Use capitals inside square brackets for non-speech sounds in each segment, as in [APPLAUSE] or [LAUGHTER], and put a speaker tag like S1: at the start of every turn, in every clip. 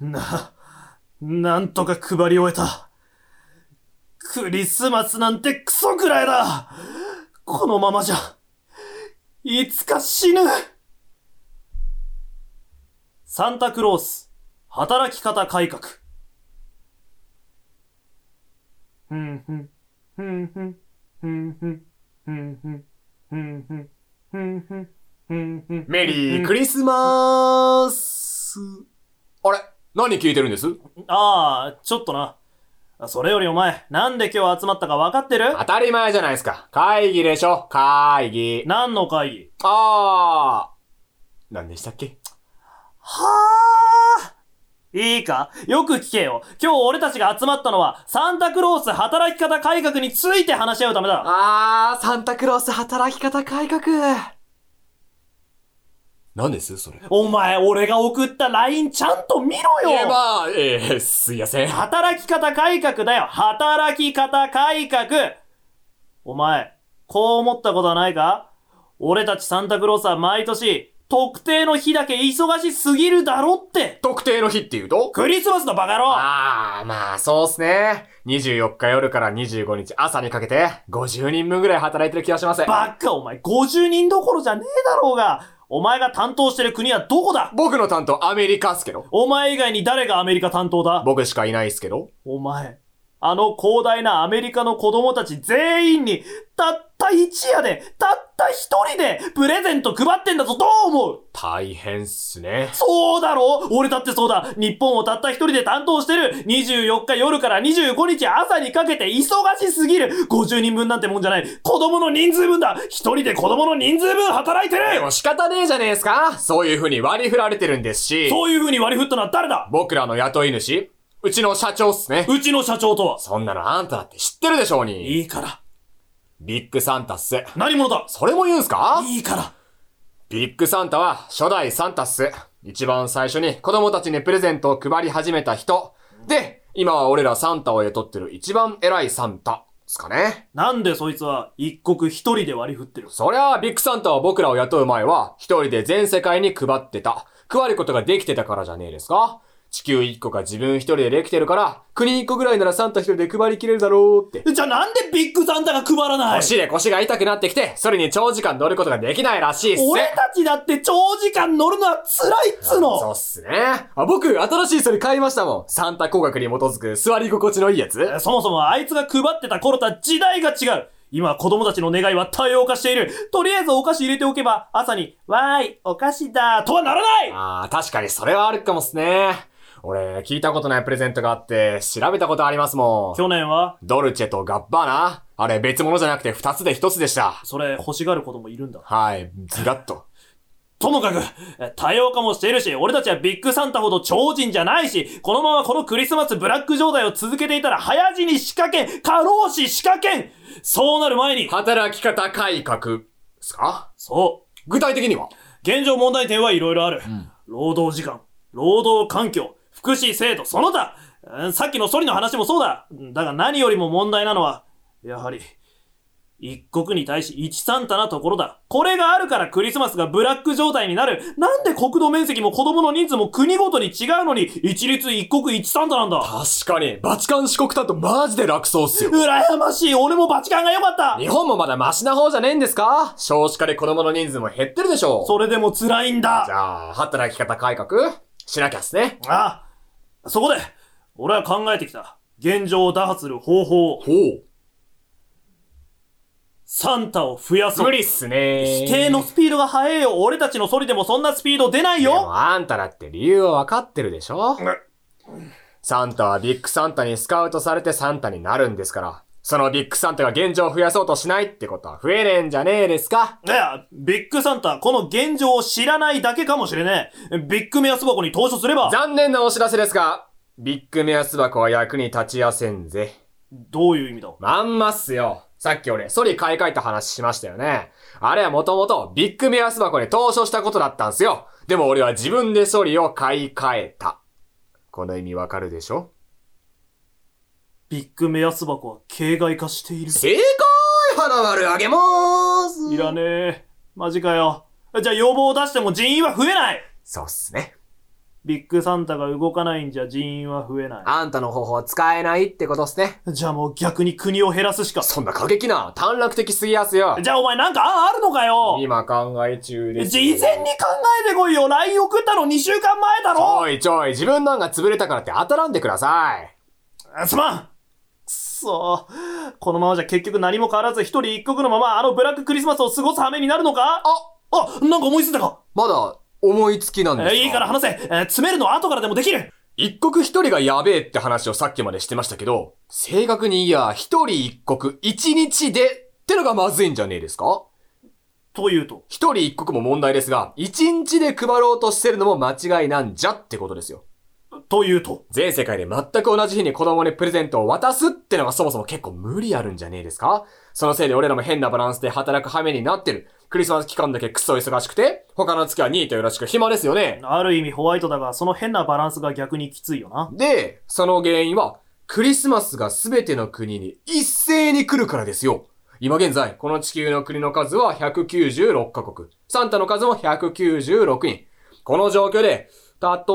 S1: な、なんとか配り終えた。クリスマスなんてクソくらいだこのままじゃ、いつか死ぬサンタクロース、働き方改革。ふんふん、ふんふん、ふんふん、ふんふん、ふんふん、ふんふん、ふんふん。
S2: メリークリスマースあれ何聞いてるんです
S1: ああ、ちょっとな。それよりお前、なんで今日集まったか分かってる
S2: 当たり前じゃないですか。会議でしょ会議。
S1: 何の会議
S2: あー。何でしたっけ
S1: はあいいかよく聞けよ。今日俺たちが集まったのは、サンタクロース働き方改革について話し合うためだ。
S2: あー、サンタクロース働き方改革。何ですそれ。い
S1: お前、俺が送った LINE ちゃんと見ろ
S2: え、
S1: よ
S2: まあ、えー、すいません。
S1: 働き方改革だよ働き方改革お前、こう思ったことはないか俺たちサンタクロースは毎年、特定の日だけ忙しすぎるだろって
S2: 特定の日っていうと
S1: クリスマスのバカ野郎
S2: あー、まあ、そうっすね。24日夜から25日朝にかけて、50人分ぐらい働いてる気がします。
S1: バカお前、50人どころじゃねえだろうがお前が担当してる国はどこだ
S2: 僕の担当、アメリカっすけど。
S1: お前以外に誰がアメリカ担当だ
S2: 僕しかいないっすけど。
S1: お前、あの広大なアメリカの子供たち全員に、たった一夜で、たった一人で、プレゼント配ってんだぞ、どう思う
S2: 大変っすね。
S1: そうだろ俺だってそうだ日本をたった一人で担当してる !24 日夜から25日朝にかけて忙しすぎる !50 人分なんてもんじゃない子供の人数分だ一人で子供の人数分働いてる
S2: でも仕方ねえじゃねえっすかそういう風に割り振られてるんですし、
S1: そういう風に割り振ったのは誰だ
S2: 僕らの雇い主、うちの社長っすね。
S1: うちの社長とは
S2: そんなのあんただって知ってるでしょうに。
S1: いいから。
S2: ビッグサンタっす。
S1: 何者だ
S2: それも言うんすか
S1: いいから。
S2: ビッグサンタは初代サンタっす。一番最初に子供たちにプレゼントを配り始めた人。で、今は俺らサンタを雇ってる一番偉いサンタ。っすかね。
S1: なんでそいつは一国一人で割り振ってる
S2: そりゃあ、ビッグサンタは僕らを雇う前は、一人で全世界に配ってた。配ることができてたからじゃねえですか地球一個が自分一人でできてるから、国一個ぐらいならサンタ一人で配りきれるだろうって。
S1: じゃあなんでビッグサンタが配らない
S2: 腰で腰が痛くなってきて、それに長時間乗ることができないらしいっす。
S1: 俺たちだって長時間乗るのは辛いっつう
S2: そう
S1: の
S2: っすね。あ、僕、新しいそれ買いましたもん。サンタ工学に基づく座り心地のいいやつ。
S1: そもそもあいつが配ってた頃とは時代が違う今子供たちの願いは多様化しているとりあえずお菓子入れておけば朝に「わーいお菓子だ」とはならない
S2: あー、確かにそれはあるかもっすね。俺、聞いたことないプレゼントがあって、調べたことありますもん。
S1: 去年は
S2: ドルチェとガッバーナあれ別物じゃなくて二つで一つでした。
S1: それ欲しがる子供いるんだ
S2: はい、ずらっと。
S1: ともかく、え多様化もしているし、俺たちはビッグサンタほど超人じゃないし、このままこのクリスマスブラック状態を続けていたら、早死に仕掛け、過労死仕掛けそうなる前に、
S2: 働き方改革、ですか
S1: そう、
S2: 具体的には
S1: 現状問題点はいろいろある。労働時間、労働環境、福祉制度、その他、うんさっきのソリの話もそうだうんだが何よりも問題なのは、やはり、一国に対し一サンタなところだ。これがあるからクリスマスがブラック状態になる。なんで国土面積も子供の人数も国ごとに違うのに、一律一国一サンタなんだ。
S2: 確かに、バチカン四国担当マジで楽そうっすよ。
S1: 羨ましい俺もバチカンが良かった
S2: [LAUGHS] 日本もまだマシな方じゃねえんですか少子化で子供の人数も減ってるでしょう。
S1: それでも辛いんだ
S2: じゃあ、働き方改革しなきゃっすね。
S1: ああそこで、俺は考えてきた。現状を打破する方法を、
S2: ほう。
S1: サンタを増やそう
S2: 無。理っすね
S1: 否定のスピードが速えよ。俺たちのソリでもそんなスピード出ない
S2: で
S1: よ。
S2: もあんただって理由は分かってるでしょサンタはビッグサンタにスカウトされてサンタになるんですから。そのビッグサンタが現状を増やそうとしないってことは増えねえんじゃねえですか
S1: いや、ビッグサンタ、この現状を知らないだけかもしれねえ。ビッグ目安箱に投書すれば、
S2: 残念なお知らせですが、ビッグ目安箱は役に立ちやせんぜ。
S1: どういう意味だ
S2: まんまっすよ。さっき俺、ソリ買い替えた話しましたよね。あれはもともとビッグ目安箱に投書したことだったんすよ。でも俺は自分でソリを買い替えた。この意味わかるでしょ
S1: ビッグ目安箱は形骸化している。
S2: 正解花丸あげまーす
S1: いらねえ。マジかよ。じゃあ要望を出しても人員は増えない
S2: そうっすね。
S1: ビッグサンタが動かないんじゃ人員は増えな
S2: あんたの方法は使えないってことっすね。
S1: い。じゃあもう逆に国を減らすしか。
S2: そんな過激な、短絡的すぎやすよ。
S1: じゃあお前なんか案あるのかよ
S2: 今考え中です。
S1: 事前に考えてこいよ !LINE 送ったの2週間前だ
S2: ち
S1: ろ
S2: ょいちょい、自分の案が潰れたからって当たらんでください。
S1: あすまんくそーこのままじゃ結局何も変わらず一人一国のままあのブラッククリスマスを過ごす羽目になるのか
S2: あ
S1: あ、なんか思いついたか
S2: まだ、思いつきなんです
S1: え
S2: か
S1: いいから。話せ、えー詰めるのは後からでもできる
S2: 一国一人がやべえって話をさっきまでしてましたけど、正確にいや、一人一国一日でってのがまずいんじゃねえですか
S1: というと。
S2: 一人一国も問題ですが、一日で配ろうとしてるのも間違いなんじゃってことですよ。
S1: というと。
S2: 全世界で全く同じ日に子供にプレゼントを渡すってのがそもそも結構無理あるんじゃねえですかそのせいで俺らも変なバランスで働く羽目になってる。クリスマス期間だけクソ忙しくて、他の月はニートよろしく暇ですよね。
S1: ある意味ホワイトだが、その変なバランスが逆にきついよな。
S2: で、その原因は、クリスマスが全ての国に一斉に来るからですよ。今現在、この地球の国の数は196カ国。サンタの数も196人。この状況で、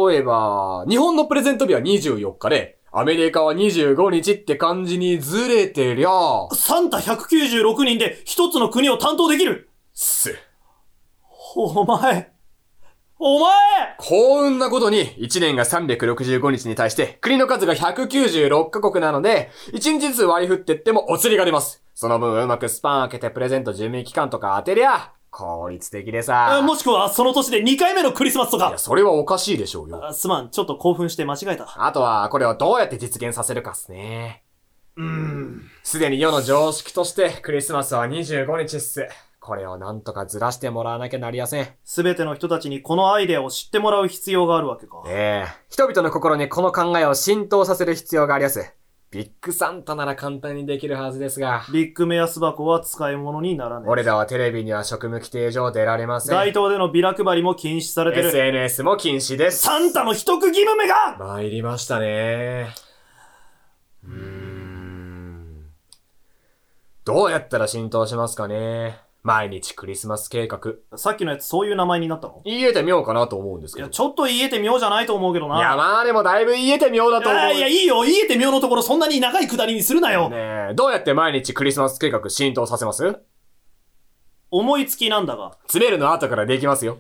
S2: 例えば、日本のプレゼント日は24日で、アメリカは25日って感じにずれてりゃあ、
S1: サンタ196人で一つの国を担当できる
S2: す。
S1: お前お前
S2: 幸運なことに、1年が365日に対して、国の数が196カ国なので、1日ずつ割り振ってってもお釣りが出ます。その分うまくスパン開けてプレゼント準備期間とか当てりゃ、効率的でさ
S1: あ。もしくはその年で2回目のクリスマスと
S2: い
S1: か
S2: や、それはおかしいでしょうよ。
S1: あすまん、ちょっと興奮して間違えた。
S2: あとは、これをどうやって実現させるかっすね。
S1: うーん。
S2: すでに世の常識として、クリスマスは25日っす。これをなんとかずらしてもらわなきゃなりやせん。
S1: すべての人たちにこのアイデアを知ってもらう必要があるわけか。
S2: ええ人々の心にこの考えを浸透させる必要があります。ビッグサンタなら簡単にできるはずですが、
S1: ビッグ目安箱は使い物にならない。
S2: 俺らはテレビには職務規定上出られませ
S1: 街
S2: ん。
S1: 頭でのビラ配りも禁止されてる。
S2: SNS も禁止です。
S1: サンタの秘匿義務めが
S2: 参りましたね。うーん。どうやったら浸透しますかね。毎日クリスマス計画。
S1: さっきのやつそういう名前になったの
S2: 言えてみようかなと思うんです
S1: い
S2: けど。
S1: や、
S2: い
S1: ちょっと言えてみようじゃないと思うけどな。
S2: や、まあでもだいぶ言えてみようだと思う。
S1: いやいや、いいよ。言えてみようのところそんなに長いくだりにするなよ。
S2: ねえ、どうやって毎日クリスマス計画浸透させます
S1: 思いつきなんだが、
S2: 詰めるの後からできますよ。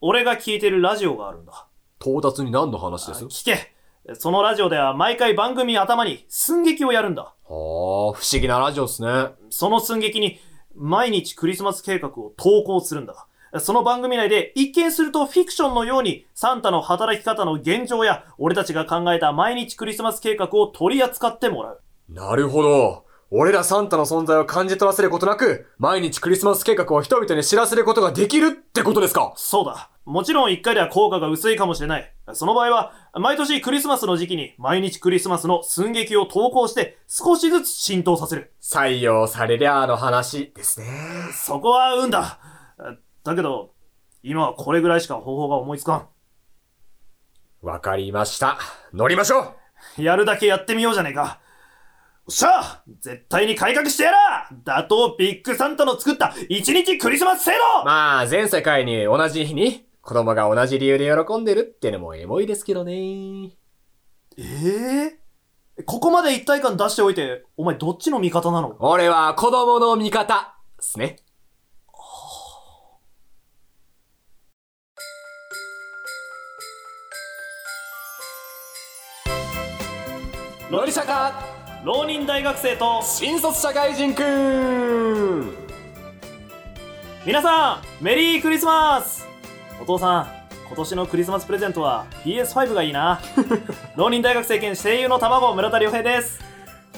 S1: 俺が聞いてるラジオがあるんだ。
S2: 到達に何の話ですは
S1: 聞け。そのラジオでは毎回番組頭に寸劇をやるんだ。
S2: あ、不思議なラジオっすね。
S1: その寸劇に毎日クリスマス計画を投稿するんだ。その番組内で一見するとフィクションのようにサンタの働き方の現状や俺たちが考えた毎日クリスマス計画を取り扱ってもらう。
S2: なるほど。俺らサンタの存在を感じ取らせることなく、毎日クリスマス計画を人々に知らせることができるってことですか
S1: そうだ。もちろん一回では効果が薄いかもしれない。その場合は毎年クリスマスの時期に毎日クリスマスの寸劇を投稿して少しずつ浸透させる。
S2: 採用されりゃあの話ですね。
S1: そこは運だ。だけど今はこれぐらいしか方法が思いつか。
S2: わかりました。乗りましょうん
S1: やるだけやってみようじゃねえか。よっしゃ絶対に改革してやら打倒ビッグサンタの作った一日クリスマス制度、
S2: まあ、全世界に同じ日に、子供が同じ理由で喜んでるってのもエモいですけどね。
S1: ええここまで一体感出しておいて、お前どっちの味方なの
S2: 俺は子供の味方ですね。のりしゃか
S1: 浪人大学生と、
S2: 新卒社会人くん
S1: 皆さん、メリークリスマスお父さん、今年のクリスマスプレゼントは PS5 がいい [LAUGHS] な。浪人大学生兼声優の卵村田亮平です。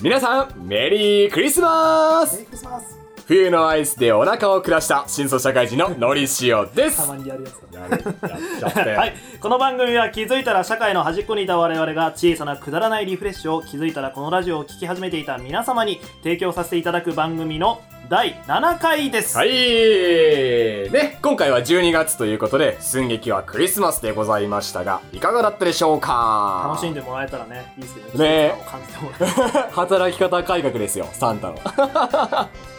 S2: 皆さん、メリークリスマス
S1: リークリスマス
S2: 冬のアイスでお腹を下した新卒社会人ののりしおです
S1: たまにやるやつだ。
S2: やるやっちゃったよ
S1: はい、この番組は気づいたら社会の端っこにいた我々が小さなくだらないリフレッシュを気づいたらこのラジオを聴き始めていた皆様に提供させていただく番組の第7回です。
S2: はいね、今回は12月ということで、寸劇はクリスマスでございましたが、いかがだったでしょうか
S1: 楽しん
S2: で。
S1: でもらえたらね、いいですよね。
S2: ね
S1: 季節感を感じても
S2: [LAUGHS]
S1: らえ
S2: 働き方改革ですよ、サンタの。
S1: るい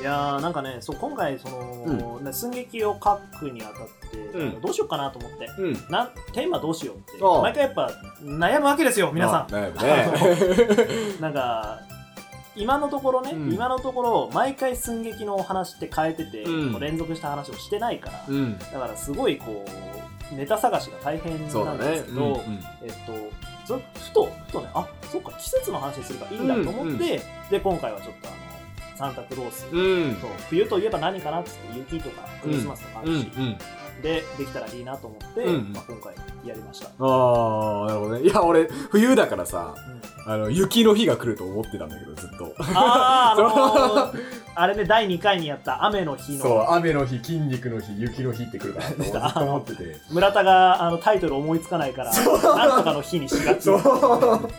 S1: やー、なんかね、そう今回、その、ね寸劇を書くにあたって、
S2: うん
S1: どうしようかなと思って、
S2: うん。
S1: なんテーマどうしようって、
S2: ああ
S1: 毎回やっぱ悩むわけですよ、皆さ
S2: まあ。ね。
S1: ん。なんか、今のところね、
S2: うん
S1: 今のところ、毎回寸劇のお話って変えてて、
S2: うん
S1: こう連続した話をしてないから、
S2: [LAUGHS] うん。
S1: だからすごいこう、ネタ探しが大変
S2: そう
S1: なん
S2: だ
S1: で
S2: ね
S1: す。け
S2: う
S1: ど、
S2: ん
S1: えっと、そふと、ふとね、あそっか、季節の話にするからいいんだと思って、
S2: うんうん
S1: で、今回はちょっとあの、サンタクロース、
S2: うん。
S1: そう冬といえば何かなっつって、雪とかクリスマスとかあ
S2: うん。う
S1: るし、
S2: ん。
S1: で、できたらいいなと思って、
S2: うんうん
S1: まあ、今回やりま
S2: [LAUGHS]
S1: した。
S2: ああ、なるほどね。いや、俺、冬だからさ、
S1: うん
S2: あの、雪の日が来ると思ってたんだけど、ずっと。
S1: あー、あのー、 [LAUGHS] あれで第2回にやった雨の日
S2: [LAUGHS] そう、
S1: の
S2: 雨の日、筋肉の日、雪の日って来るかな [LAUGHS] ってずっと思ってて。
S1: 村田があのタイトル思いつかないからなんとかの日にしがち
S2: そう。 [LAUGHS]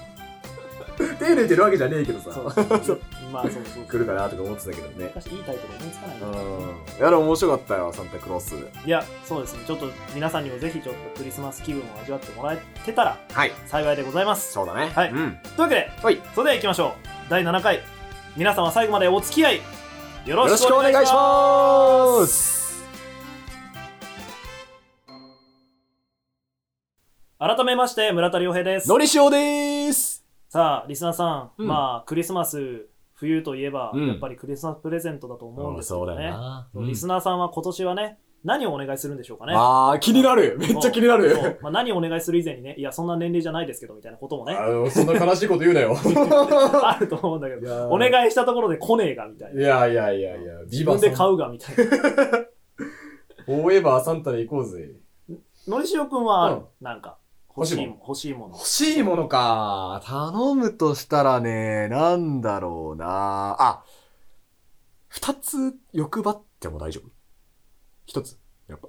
S2: 手入れてるわけじゃねえけどさ
S1: そうそうそうまあそうそう
S2: 来るかなとか思ってたけどね。
S1: 昔いいタイトル思いつかないな
S2: うん。いや、でも面白かったよ、サンタクロース。
S1: いやそうですねちょっと皆さんにもぜひちょっとクリスマス気分を味わってもらえてたら
S2: はい。
S1: 幸いでございます
S2: そうだね。
S1: はい
S2: うん。
S1: というわけで
S2: はい。
S1: それでは行きましょう第7回皆様最後までお付き合いよ
S2: よ
S1: ろ
S2: ろ
S1: し
S2: し
S1: く
S2: く
S1: お
S2: お
S1: 願
S2: 願
S1: いし
S2: いし
S1: ます
S2: ます。
S1: 改めまして村田亮平です
S2: のりしおです。
S1: さあリスナーさん、
S2: うん
S1: まあクリスマス冬といえば、
S2: うん
S1: やっぱりクリスマスプレゼントだと思うんですけどね、
S2: な
S1: そうリスナーさんは今年はね何をお願いするんでしょうかね
S2: あー、気になる。めっちゃ気にな
S1: そ
S2: る
S1: う。まあ、何をお願いする以前にねいやそんな年齢じゃないですけどみたいなこともね
S2: あの、そんな悲しいこと言うな [LAUGHS] よ。
S1: あると思うんだけどお願いしたところで来ねえがみたい
S2: い
S1: な
S2: やいやいやいや、
S1: 自分で買
S2: う。
S1: うがみたい
S2: [LAUGHS]
S1: な
S2: フォーエバーサンタで行こうぜ。
S1: のりしおくんはある、
S2: うん
S1: なんか欲
S2: 欲
S1: し
S2: し
S1: い
S2: い
S1: もの
S2: も
S1: 欲しいもの
S2: 欲しいものか。頼むとしたらね、なんだろうな。あ、二つ欲張っても大丈夫一つやっぱ。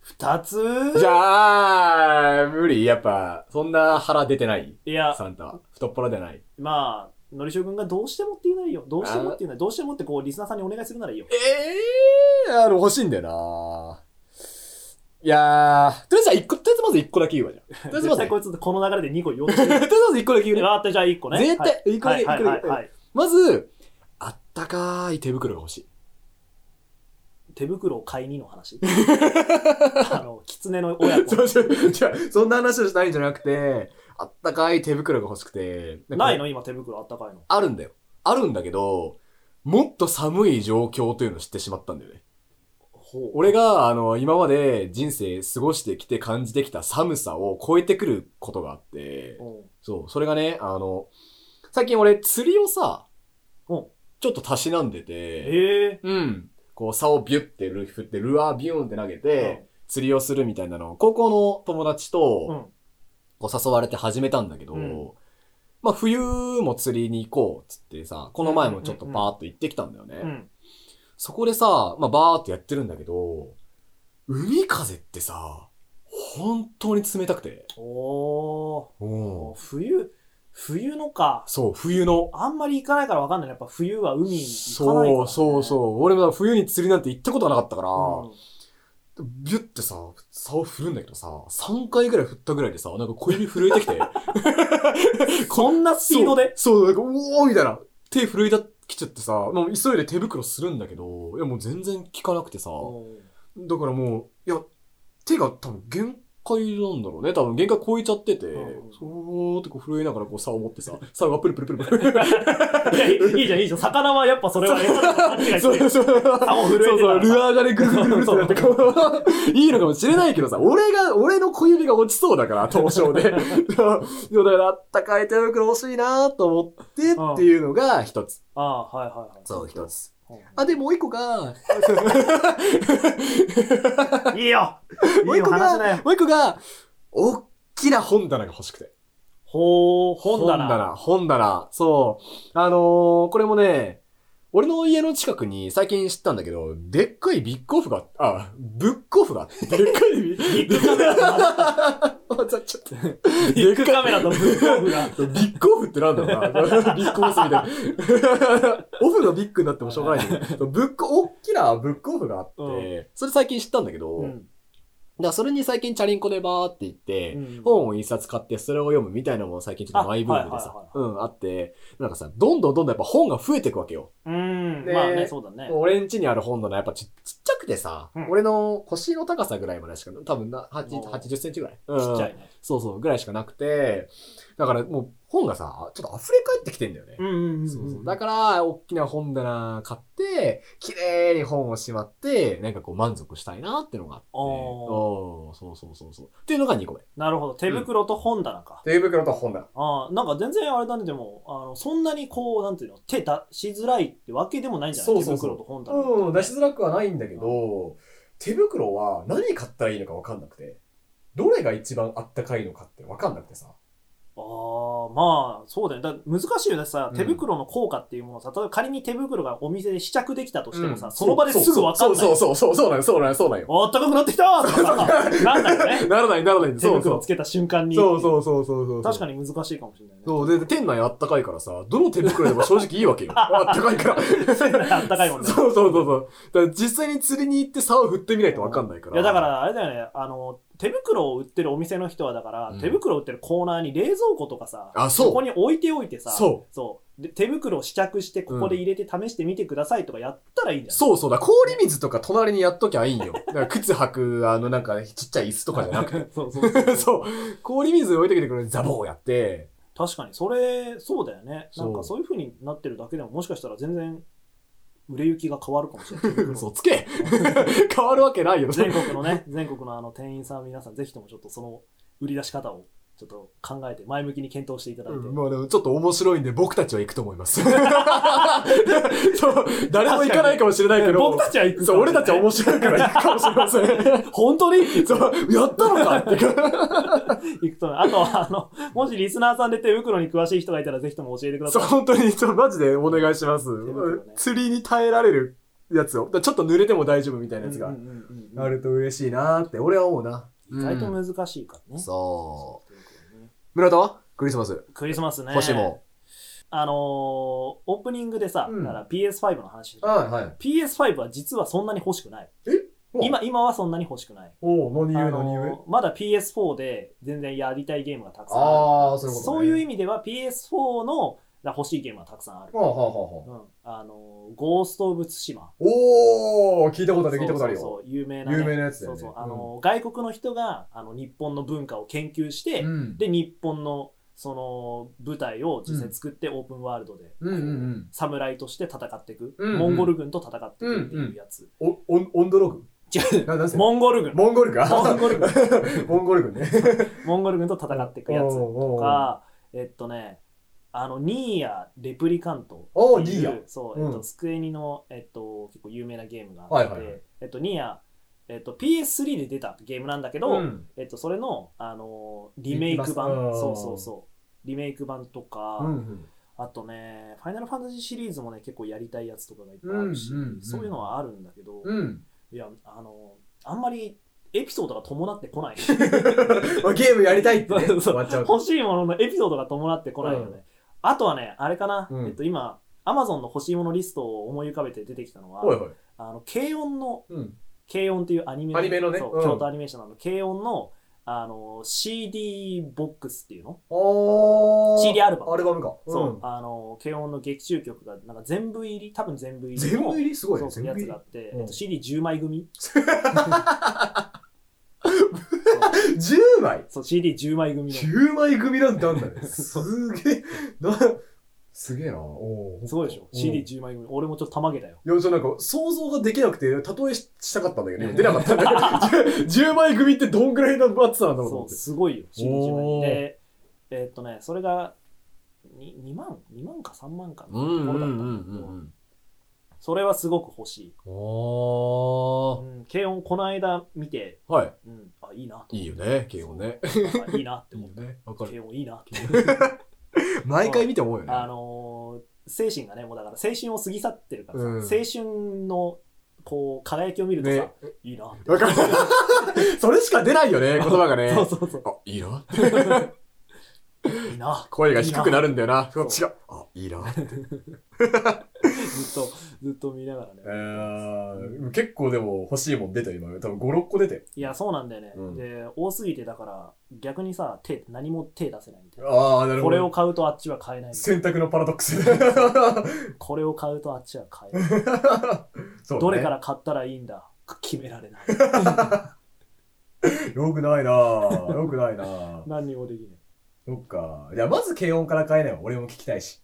S1: 二つ
S2: じゃあ、無理。やっぱ、そんな腹出てない
S1: いや
S2: サンタは。太っ腹じゃない。
S1: まあのりしおくんがどうしてもって言うならいいよどうしてもって言うならどうしてもってこうリスナーさんにお願いするならいいよ
S2: ええー、あの、欲しいんだよな。いやー、とりあえずは一個、とりあえずまず一個だけ言うわじ [LAUGHS] ゃん。とりあえずま
S1: 絶
S2: ず、
S1: 対
S2: と
S1: こ
S2: り
S1: いつこの流れで2個言おうとして
S2: あ
S1: る
S2: えずまず一個だけ [LAUGHS] 言うね。
S1: わかったじゃあ1個ね
S2: 絶対
S1: はい
S2: いくらで
S1: はい
S2: いくら
S1: はい
S2: で
S1: はい
S2: まず、あったかい手袋が欲しい。
S1: 手袋を買いにの
S2: [LAUGHS]
S1: 話あの狐の親子
S2: そうそう。じゃあそんな話をしたいんじゃなくて、あったかい手袋が欲しくて。
S1: ない
S2: の
S1: の今手袋あったかいの
S2: あるんだよ。あるんだけど、もっと寒い状況というのを知ってしまったんだよね。
S1: ほう
S2: 俺が、あの、今まで人生過ごしてきて感じてきた寒さを超えてくることがあって、
S1: うん
S2: そう、それがね、あの、最近俺釣りをさ、
S1: うん
S2: ちょっとたしなんでて、
S1: へえ
S2: うん。こう、竿をビュってル振って、ルアービューンって投げ
S1: うん
S2: て、釣りをするみたいなのを、高校の友達と、
S1: うん
S2: こう誘われて始めたんだけど、
S1: うん
S2: まあ冬も釣りに行こうっつってさ、この前もちょっとパーっと行ってきたんだよね。
S1: うん
S2: そこでさ、まあバーっとやってるんだけど、海風ってさ、本当に冷たくて。
S1: お
S2: う
S1: お
S2: ん
S1: 冬冬のか
S2: そう、冬の。
S1: あんまり行かないからわかんないやっぱ冬は海に行かないから、
S2: そ
S1: ね、
S2: うそうそう。俺も冬に釣りなんて行ったことなかったから、
S1: うん、
S2: ビュってさ、竿振るんだけどさ、3回ぐらい振ったぐらいでさ、なんか小指震えて
S1: [LAUGHS]
S2: きて。
S1: こんなスピードで
S2: そう、そうなんか、うおーみたいな。手震えたきちゃってさ、もう急いで手袋するんだけど、いやもう全然効かなくてさ、
S1: おー
S2: だからもう、いや、手が多分限界なんだろうね。多分限界超えちゃってて、
S1: うん
S2: そーってこう震えながらこう竿を持ってさ、竿がプルプルプルプル。
S1: いやいいいじゃんいいじゃん魚はやっぱそれは餌だと勘違い [LAUGHS] して
S2: そうそう。そう
S1: 竿震えてた
S2: そ
S1: ら
S2: う、ルアーがね、ぐるぐるぐるってなって
S1: [LAUGHS]
S2: こう、いいのかもしれないけどさ、俺が、俺の小指が落ちそうだから、当初
S1: [LAUGHS]
S2: で。いやだから、あったかい手袋欲しいなと思ってっていうのが一つ。
S1: ああはいはいはい
S2: そう、一つ。
S1: う
S2: あ、で、もう一個 [LAUGHS] が、
S1: んいいよ
S2: も
S1: いうい
S2: 一
S1: お
S2: 個
S1: 話
S2: が
S1: ね、
S2: もう一個が、おっきな本棚が欲しくて。
S1: ほう本棚
S2: 本棚、本棚そう。あのー、これもね、俺の家の近くに最近知ったんだけど、でっかいビッグオフが、あ、ブックオフがあって、でっかいビッグ
S1: ビッグカメラ
S2: 混ざっちゃった。
S1: ビッグカメラとブックオフが。
S2: [LAUGHS] ビッグオフってなんだろうな。ビ [LAUGHS] ッグオフみたいな。 [LAUGHS] オフのビッグになってもしょうがないんだけど。ブック、大きなブックオフがあって、
S1: うん
S2: それ最近知ったんだけど、
S1: う
S2: だか
S1: ん
S2: らそれに最近チャリンコでバーって行って、
S1: うん
S2: 本を一冊買ってそれを読むみたいなのも最近ちょっとマイブームでさ
S1: あはい、
S2: うん、あって、なんかさ、どんどんどんどんやっぱ本が増えていくわけよ。
S1: うん。
S2: で
S1: まあね、そうだね。
S2: 俺ん家にある本のやっぱちちっちゃくてさ、
S1: うん
S2: 俺の腰の高さぐらいまでしか、多分な
S1: おー
S2: 80 80センチぐらい。ち
S1: ちっちゃいね。
S2: そうそう、ぐらいしかなくて、だからもう本がさ、ちょっと溢れ返ってきてんだよね。
S1: うんうんうん。
S2: そうそうだから、大きな本棚買って、綺麗に本をしまって、なんかこう満足したいなってのがあって。
S1: お
S2: おーそうそうそうそう。っていうのが2個目。
S1: なるほど。手袋と本棚か。
S2: 手袋と本棚。
S1: ああ、なんか全然あれだね、でも、あの、そんなにこう、なんていうの、手出しづらいってわけでもないんじゃない
S2: そうそうそう
S1: 手袋と本棚。
S2: うん、出しづらくはないんだけど、手袋は何買ったらいいのか分かんなくて、どれが一番あったかいのかって分かんなくてさ。
S1: ああ、まあ、そうだよね。だ難しいよね。さ
S2: う、ん
S1: 手袋の効果っていうものをさ、例えば仮に手袋がお店で試着できたとしてもさ、
S2: うん
S1: その場ですぐわかんない
S2: そ。うそうそう、そうそうなんよそうなんよそうなんよ。
S1: あったかくなってきたとかさ、なんだよね。
S2: ならない、ならないんだ
S1: 手
S2: そう
S1: 袋
S2: そ
S1: を
S2: う
S1: つ。けた瞬間に。
S2: そうそうそうそうそう。
S1: 確か
S2: に。
S1: に難しいかもしれないね。
S2: そう、で、店内あったかいからさ、どの手袋でも正直いいわけよ。あったかいから。
S1: [LAUGHS] あったかいもんね。
S2: そうそうそうそう。だから実際に釣りに行って竿振ってみないと分かんないから。
S1: いやだか。らあれだよねあの手袋を売ってるお店の人はだから、
S2: うん
S1: 手袋を売ってるコーナーに冷蔵庫とかさ
S2: あ、そう。
S1: こに置いておいてさ
S2: そう
S1: で手袋を試着してここで入れて試してみてくださいとかやったらいいんじゃない、
S2: そうそうだ、氷水とか隣にやっときゃいいんよ。だから靴履く、あの、なんか、ちっちゃい椅子とかじゃなくて。
S1: [LAUGHS] そうそうそう
S2: [LAUGHS] そう。氷水置いてきてくれるザボーやって。
S1: 確かにそれそうだよね
S2: そ
S1: な
S2: うん
S1: かそういう風になってるだけでももしかしたら全然売れ行きが変わるかもしれない
S2: [LAUGHS] 嘘つけ変わるわけないよ。 [LAUGHS]
S1: 全国のね全国のあの店員さん皆さんぜひともちょっとその売り出し方をちょっと考えて前向きに検討していただいて、
S2: うんまあでもちょっと面白いんで僕たちは行くと思います。 [LAUGHS] そう、誰も行かないかもしれないけど。
S1: 僕たちは行くかもしれない
S2: そう、俺たちは面白いから行くかもしれません。
S1: [LAUGHS]
S2: [LAUGHS]
S1: 本当に
S2: そう、やったのかっていう。
S1: 行くと、あとは、あの、もしリスナーさんで手袋に詳しい人がいたら、ぜひとも教えてくださ
S2: そう、
S1: い。
S2: 本当に、ちょ、マジでお願いします。
S1: 袋ね
S2: 釣りに耐えられるやつを。だからちょっと濡れても大丈夫みたいなやつ
S1: うん。
S2: が
S1: うんうんうん
S2: あると嬉しいなーって、俺は思うな。
S1: 意外と難しいからね。
S2: そ
S1: そういうことね
S2: う。村田はクリスマス。
S1: クリスマスね。
S2: 欲しいもん。
S1: あのーオープニングでさ、
S2: うん
S1: だから PS5 の話してた。
S2: はいはい。
S1: PS5 は実はそんなに欲しくない。
S2: お
S1: 今、今はそんなに欲しくない。
S2: おお何
S1: あ
S2: 故何故
S1: のーまだ PS4 で全然やりたいゲームがたくさんあ
S2: ああ、
S1: る。
S2: そういうこと、ね。
S1: そういう
S2: 意
S1: 意味では PS4 のだから欲しいゲームはたくさんある。
S2: はあ、はあはあ
S1: う、ん。あのーゴースト・オブ・ツシマ。
S2: おお聞いたことある、聞いたことあるよ。
S1: そうそうそう有名な、ね、
S2: 有名なやつだよね
S1: そうそうあの、外国の人があの日本の文化を研究して、
S2: うん。
S1: で日本のその舞台を実際作ってオープンワールドで、
S2: うんうんうん。
S1: 侍として戦っていく、
S2: うんうん
S1: モンゴル軍と戦っていくっていうやつ、
S2: お、オン、オンドログ
S1: 違う
S2: な、なんす
S1: モンゴル軍
S2: モンゴルか
S1: モンゴル軍
S2: [LAUGHS] モンゴル軍ね。
S1: モンゴル軍と戦っていくやつと
S2: おー
S1: かえっとねあのニーヤ・レプリカント
S2: おーおーおー
S1: って
S2: いい
S1: い
S2: や。
S1: うそう、えっ
S2: う
S1: と、
S2: ん
S1: スクエニの、えっと、結構有名なゲームがあって、
S2: はいはいはい
S1: えっと、ニーヤ、えっと、PS3 で出たゲームなんだけど、
S2: ん。
S1: えっと、それの、あのーリメイク版
S2: リマスター
S1: そうそうそうリメイク版とか、
S2: うん
S1: あとね「ファイナルファンタジー」シリーズもね結構やりたいやつとかがいっぱいあるし、
S2: うんうんうん
S1: そういうのはあるんだけど、
S2: うん。うん。
S1: いやあのーあんまりエピソードが伴ってこない
S2: まあゲームやりたいってね、
S1: [LAUGHS] そうそう
S2: 終わっちゃうと。
S1: 欲しいもののエピソードが伴ってこないよね、
S2: うん
S1: あとはねあれかな、
S2: うん
S1: えっと今アマゾンの欲しいものリストを思い浮かべて出てきたのは、
S2: はいはい。
S1: あの軽音の
S2: うん。
S1: 軽音っていうアニメ
S2: アニメのね
S1: そう
S2: うん
S1: 京都アニメーションの軽音のあのー CD ボックスっていうの
S2: おー。
S1: CD アルバム
S2: アルバムか。
S1: そう、あの、軽音の劇中曲が、なんか全部入り、多分全部入
S2: うん。
S1: り
S2: 全部入
S1: り
S2: りすごい
S1: そ
S2: ね。
S1: うそう
S2: 全
S1: や
S2: 部
S1: つ
S2: 入り
S1: があ。って、
S2: うん
S1: えっと CD10 枚組
S2: 10枚
S1: そう、CD10 枚組の。す
S2: !9 枚組なんてあんだね。すげえ。な、すげえな。おー
S1: ごいでしょ。。CD10 枚組。俺もちょっとたまげたよ。
S2: うんいや、ちょっとなんか、想像ができなくて、例えししたかったんだけど、ね、出なかったんだけど、10枚 [LAUGHS] 組ってどんぐらいの厚さなんだろうと
S1: そ
S2: 思っ
S1: う、
S2: て。
S1: すごいよ。CD10 枚組。
S2: おー
S1: で、えっとね、それがに 2, 万、2万か3万かな。ところだったんだけどそれはすごく欲しい。
S2: うん。
S1: う
S2: おー。
S1: ん、軽音この間見て、
S2: は
S1: うん、あ、いいなと。
S2: い。いいよね、慶応ね。
S1: あいいなって
S2: いい
S1: 思
S2: よ [LAUGHS]
S1: った。
S2: ね。わかる。
S1: 軽音いいなって。
S2: 毎回見て思うよね。
S1: あのー精神がね、もうだから青春を過ぎ去ってるからさ、
S2: うん
S1: 青春のこう、輝きを見るとさ、
S2: ね
S1: いいなって。
S2: わかる。それしか出ないよね、言葉 [LAUGHS] がね。
S1: そうそうそう。
S2: あ、いいな。
S1: いいな。
S2: 声が低くなるんだよな。違
S1: そう
S2: う。あ、いいな。
S1: ずっと、ずっと見ながらね。
S2: 結構でも欲しいもん出た今。多分5、6個出て。
S1: いや、そうなんだよね。
S2: うん
S1: で、多すぎてだから、逆にさ、手、何も手出せないみたいな。
S2: ああ、なる
S1: これを買うとあっちは買えないみたい
S2: 選択のパラドックス。
S1: [LAUGHS] な。これを買うとあっちは買えない。どれから買ったらいいん
S2: [LAUGHS]
S1: だ決められない。
S2: よくないなぁ。よくないなぁ。
S1: 何にもできない。
S2: そっか。じゃあまず軽音から変えなよ。俺も聞きたいし。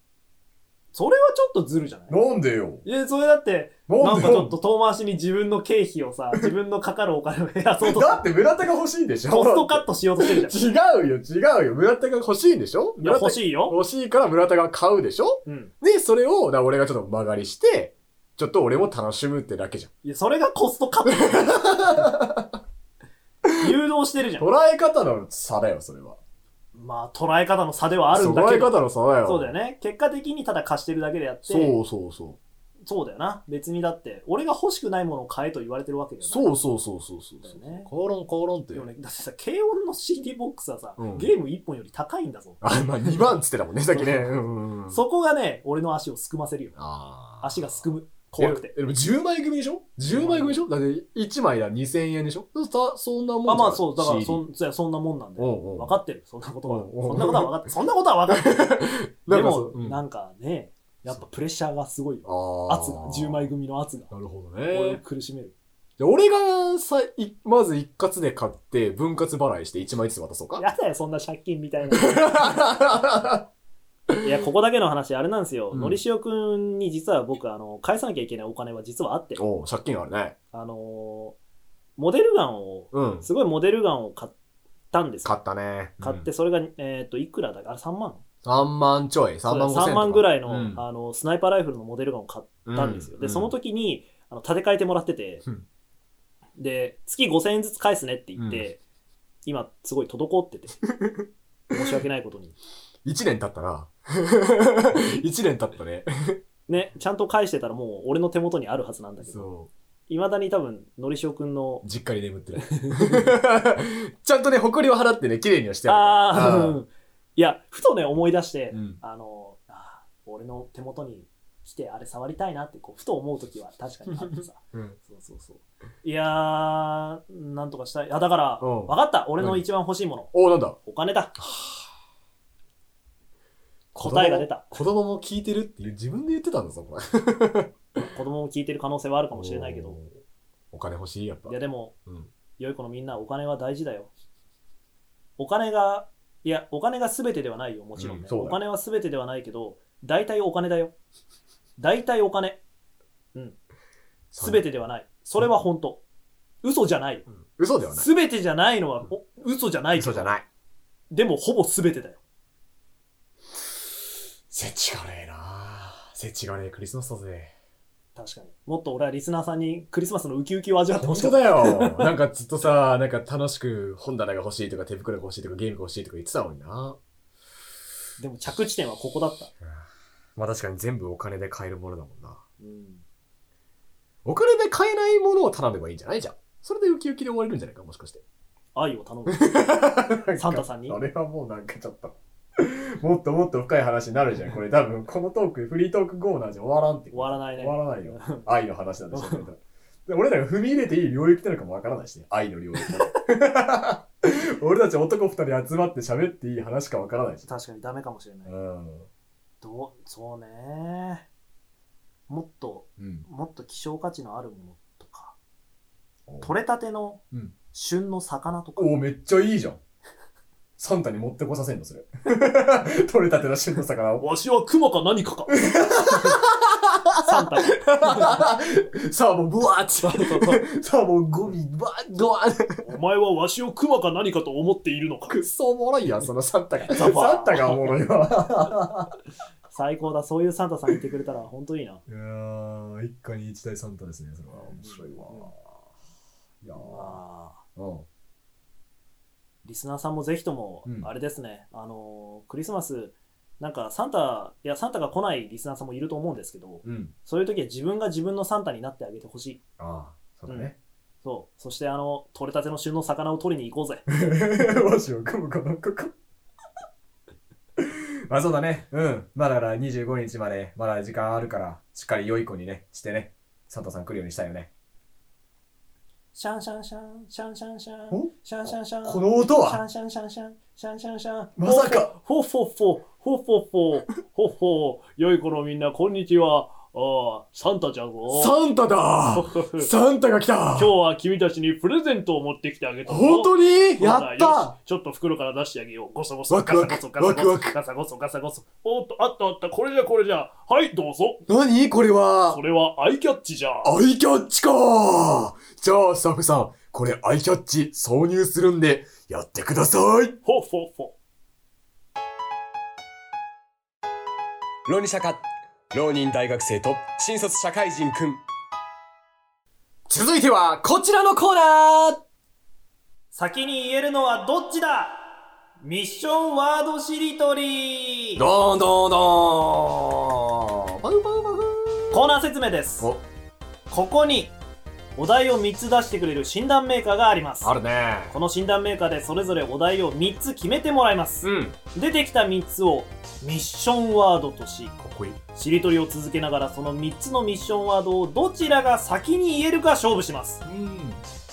S1: それはちょっとずるじゃない
S2: なんでよ。
S1: いや、それだって、
S2: な
S1: なんん
S2: で
S1: かちょ
S2: よ
S1: っと遠回しに自分の経費をさ、自分のかかるお金を減らそうと、
S2: [LAUGHS] だって村田が欲しいんでしょ
S1: コストカットしようとしてるじ
S2: 違うよ、違うよ。村田が欲しいんでしょ
S1: ゃん。いや、欲
S2: い。
S1: しいよ。
S2: 欲しいから村田が買うでしょ
S1: うん。
S2: で、それを、だから俺がちょっと曲がりして、ちょっと俺も楽しむってだけじゃん。
S1: いや、それがコストカット。
S2: [LAUGHS]
S1: 誘導してるじゃん。
S2: 捉え方の差だよ、それは。
S1: まあ、捉え方の差ではあるんだけ
S2: 捉え
S1: ど。
S2: 方の差だよ。
S1: そうだよね。結果的にただ貸してるだけであって、
S2: そうそうそう。
S1: そうだよな。別にだって、俺が欲しくないものを買えと言われてるわけだよね。
S2: そうそうそうそうそう。
S1: だよね
S2: コーロンコーロンって
S1: で。もね、だってさ、軽音の CD ボックスはさ、
S2: うん
S1: ゲーム1本より高いんだぞ。
S2: あ、まあ2番っつってた
S1: [LAUGHS]
S2: もんね、さっきね。うんうんうん。
S1: そこがね、俺の足をすくませるよ。
S2: あー
S1: 足がすくむ。怖くて。
S2: えでも10枚組でしょ ?10 枚組でしょだって1枚だ2000円でしょそそそんなもんじゃ
S1: あ、
S2: な
S1: ま
S2: い
S1: あそう、だから
S2: CD
S1: そんそやそんなもんなんだ
S2: おうお
S1: よ。
S2: う
S1: 分かってる。そんなことは。
S2: おうおう
S1: そんなことは分かってる。そんなことは分かってる。
S2: [LAUGHS] な
S1: で
S2: んかそう
S1: も
S2: う、ん
S1: なんかね、やっぱプレッシャーがすごいよ。
S2: あ
S1: 圧が、10枚組の圧が。
S2: なるほど
S1: 俺を
S2: ね。
S1: 苦しめる。
S2: で俺がさい、まず一括で買って、分割払いして1枚ずつ渡そうか。
S1: やだよ、そんな借金みたいな。いや、ここだけの話、あれなんですよ。
S2: うん
S1: のりしおくんに実は僕、あの、返さなきゃいけないお金は実はあって、
S2: [LAUGHS] おう借金あるね。
S1: あのー、モデルガンを、
S2: うん。
S1: すごいモデルガンを買ったんですよ
S2: 買ったね。
S1: 買って、それが、えっ、と、いくらだか、あれ3万
S2: うん。3万ちょい。3万5千円とか。
S1: 3万ぐらいの,、
S2: うん
S1: あのスナイパーライフルのモデルガンを買ったんですよ、
S2: う
S1: でその
S2: 時
S1: 時にあの立て替えてもらってて、
S2: うん
S1: で月5000円ずつ返すねって言って、今すごい滞
S2: [LAUGHS]
S1: ってて申し訳ないことに
S2: 1年経った
S1: [LAUGHS]
S2: な。1年経ったね。
S1: ねちゃんと返してたらもう俺の手元にあるはずなんだけど
S2: そ
S1: いまだに多分のりしおくんの
S2: う。実家に眠ってる。 [LAUGHS] ちゃんとね、誇りを払ってね、綺麗にはしてあるから
S1: ああ、 [LAUGHS] うんいやふとね思い出して、
S2: うん
S1: あのあー俺の手元に来てあれ触りたいなってこうふと思う時は確かにあってさ
S2: うん。
S1: そうそうそう。いやー、なんとかしたい。あ、だから、
S2: うん
S1: 分かった。俺の一番欲しいもの。
S2: おおなんだ。
S1: お金だ。答えが出た。
S2: 子供も聞いてるっていう、自分で言ってたんだぞ、これ。
S1: 子供も聞いてる可能性はあるかもしれないけど。
S2: お。お金欲しい、やっぱ。
S1: いや、でも、
S2: うん
S1: 良い子のみんな、お金は大事だよ。お金が、いや、お金が全てではないよ、もちろんね。
S2: うんそうだよ
S1: お金は全てではないけど、大体お金だよ。大体お金。全
S2: て。
S1: てではない。それは本当。嘘じゃない。
S2: うん嘘ではない。
S1: 全てじゃないのは、お嘘じゃないけど。
S2: 嘘じゃない。
S1: でも、ほぼ全てだよ。
S2: せちがれえなせちがれえクリスマスだぜ。
S1: 確かに。もっと俺はリスナーさんにクリスマスのウキウキを味わってほ
S2: 本
S1: し
S2: 当
S1: い。
S2: だよ。なんかずっとさ、なんか楽しく本棚が欲しいとか手袋が欲しいとかゲームが欲しいとか言ってたのにな。
S1: でも着地点はここだった。
S2: まあ確かに全部お金で買えるものだもんな。
S1: うん。
S2: お金で買えないものを頼めばいいんじゃないじゃん。それでウキウキで終われるんじゃないか、もしかして。
S1: 愛を頼む。サンタさんに
S2: あれはもうなんかちょっと。 [LAUGHS] もっともっと深い話になるじゃん。これ多分、このトーク、フリートークコーナーじゃ終わらんって。
S1: 終わらないね。
S2: 終わらないよ。愛の話なんでしょうけど。で俺らが踏み入れていい領域なのかもわからないしね。愛の領 [LAUGHS] 域。俺たち男二人集まって喋っていい話かわからないし。
S1: 確かにダメかもしれない。
S2: うん。
S1: どう、そうね。もっと、
S2: うん。
S1: もっと希少価値のあるものとか、
S2: お
S1: 取れたての
S2: うん
S1: 旬の魚とか、
S2: お、めっちゃいいじゃん。サンタに持ってこさせんの、それ。 [LAUGHS] 取れたての旬の魚を。 [LAUGHS]
S1: わしは熊か何か [LAUGHS] か。サンタが。
S2: サーモン、ブワーッ
S1: そうそうそう
S2: て。サーモン、ゴミ、ブワーッ、ドワーッ。
S1: お前はわしを熊か何かと思っているのか。
S2: くっそおもろいやん、そのサンタが。
S1: サ
S2: サ
S1: ンタ
S2: ンタがおもろいわ。
S1: 最高だ。そういうサンタさんいてくれたら本当いいな。
S2: いやー、一家に一台サンタですね、それは。面白いわ。いやー。
S1: ああ。
S2: うん。
S1: リスナーさんもぜひとも
S2: うん、
S1: あれですね、あのークリスマス、なんかサンタ、いや、サンタが来ないリスナーさんもいると思うんですけど、
S2: うん。
S1: そういう時は自分が自分のサンタになってあげてほしい。
S2: ああ、そう
S1: だね。そう。そして、あの、取れたての旬の魚を取りに行こうぜ。
S2: [LAUGHS] どうしよう、ここ、ここ、ここ。 [LAUGHS] まあそうだね。うん。まあだから25日まで、まだ時間あるから、しっかり良い子にね、してね、サンタさん来るようにしたいよね。
S1: シャンシャンシャン、シャンシャンシャン
S2: お、
S1: シャンシャンシャン、
S2: この音
S1: シャ
S2: は
S1: ンシャンシャンシャン、シャンシャンシャン。
S2: まさか
S1: ほっほっほ、ほっほっほ、ほっほ、良い子のみんな、こんにちは。ああ、サンタじゃぞ。
S2: サンタだ
S1: 今
S2: サンタが来た
S1: 日は君たちにプレゼントを持ってきてあげたぞ
S2: 本当に
S1: そうだよ
S2: やっ
S1: したちょっと袋から出してあげよう。ゴソゴソ、
S2: ワクワク
S1: ガサゴソ、ガサゴソ
S2: ワクワク
S1: ガサゴソ、ガサゴソ。おっと、あったあった、これじゃこれじゃ。はい、どうぞ。
S2: 何これは
S1: それはアイキャッチじゃ。
S2: アイキャッチかじゃあスタッフさん、これアイキャッチ挿入するんで、やってください
S1: ほっほっほ。
S2: 浪人社科、浪人大学生と新卒社会人くん。続いては、こちらのコーナー
S1: 先に言えるのはどっちだミッションワードしりとり
S2: どんどんどんパクパクパク
S1: コーナー説明です。
S2: お、
S1: ここにお題を3つ出してくれる診断メーカーがあります
S2: あるね
S1: この診断メーカーでそれぞれお題を3つ決めてもらいます
S2: うん。
S1: 出てきた3つをミッションワードとし
S2: かっこいい。
S1: しりとりを続けながらその3つのミッションワードをどちらが先に言えるか勝負します
S2: うん。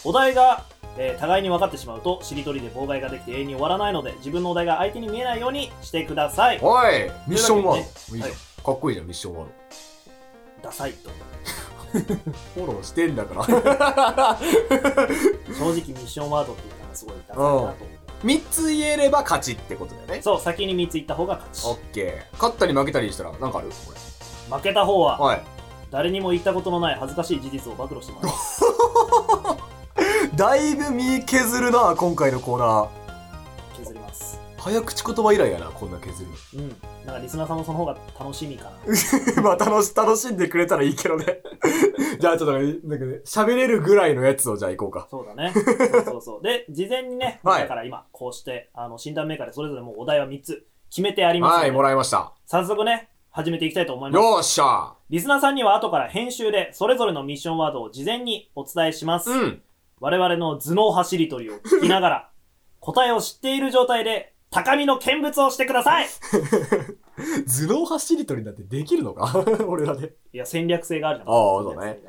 S1: お題が、えー互いに分かってしまうとしりとりで妨害ができて永遠に終わらないので自分のお題が相手に見えないようにしてください
S2: おいミッションワ
S1: というわ
S2: ード。いいじゃん。
S1: は
S2: かっこいいじゃん、ミッションワード。
S1: ダサいと
S2: フォローしてんだから。 [LAUGHS]
S1: 正直ミッションワードって言ったらすごいダサいなと思う
S2: 3つ言えれば勝ちってことだよね。
S1: そう先に3つ言った方が勝
S2: オ
S1: ち
S2: ッケー。勝ったり負けたりしたら、なんかあるこれ。
S1: 負けた方は
S2: はい。
S1: 誰にも言ったことのない恥ずかしい事実を暴露してもらい
S2: [LAUGHS]
S1: ます
S2: [LAUGHS] だいぶ身削るな、今回のコーナー。
S1: 削ります
S2: 早口言葉以来やな、こんな削る
S1: うんなんかリスナーさんもその方が楽しみかな
S2: の。 [LAUGHS] まあ、楽し、楽しんでくれたらいいけどね。 [LAUGHS] じゃあ、ちょっとね、なんかね、喋れるぐらいのやつを、じゃあ行こうか。
S1: そうだねそうそうそうで事前にね、
S2: はい
S1: だから今こうしてあの診断メーカーでそれぞれもうお題は3つ決めてありますの
S2: は
S1: で、
S2: い、もらいました。
S1: 早速ね始めていきたいと思います
S2: よっしゃ
S1: リスナーさんには後から編集でそれぞれのミッションワードを事前にお伝えします、
S2: うん。
S1: 我々の頭脳走り取りを聞きながら [LAUGHS] 答えを知っている状態で高みの見物をしてください
S2: 頭脳走り取りなんてできるのか [LAUGHS] 俺らで。
S1: いや戦略性があるじゃん
S2: ああそうだね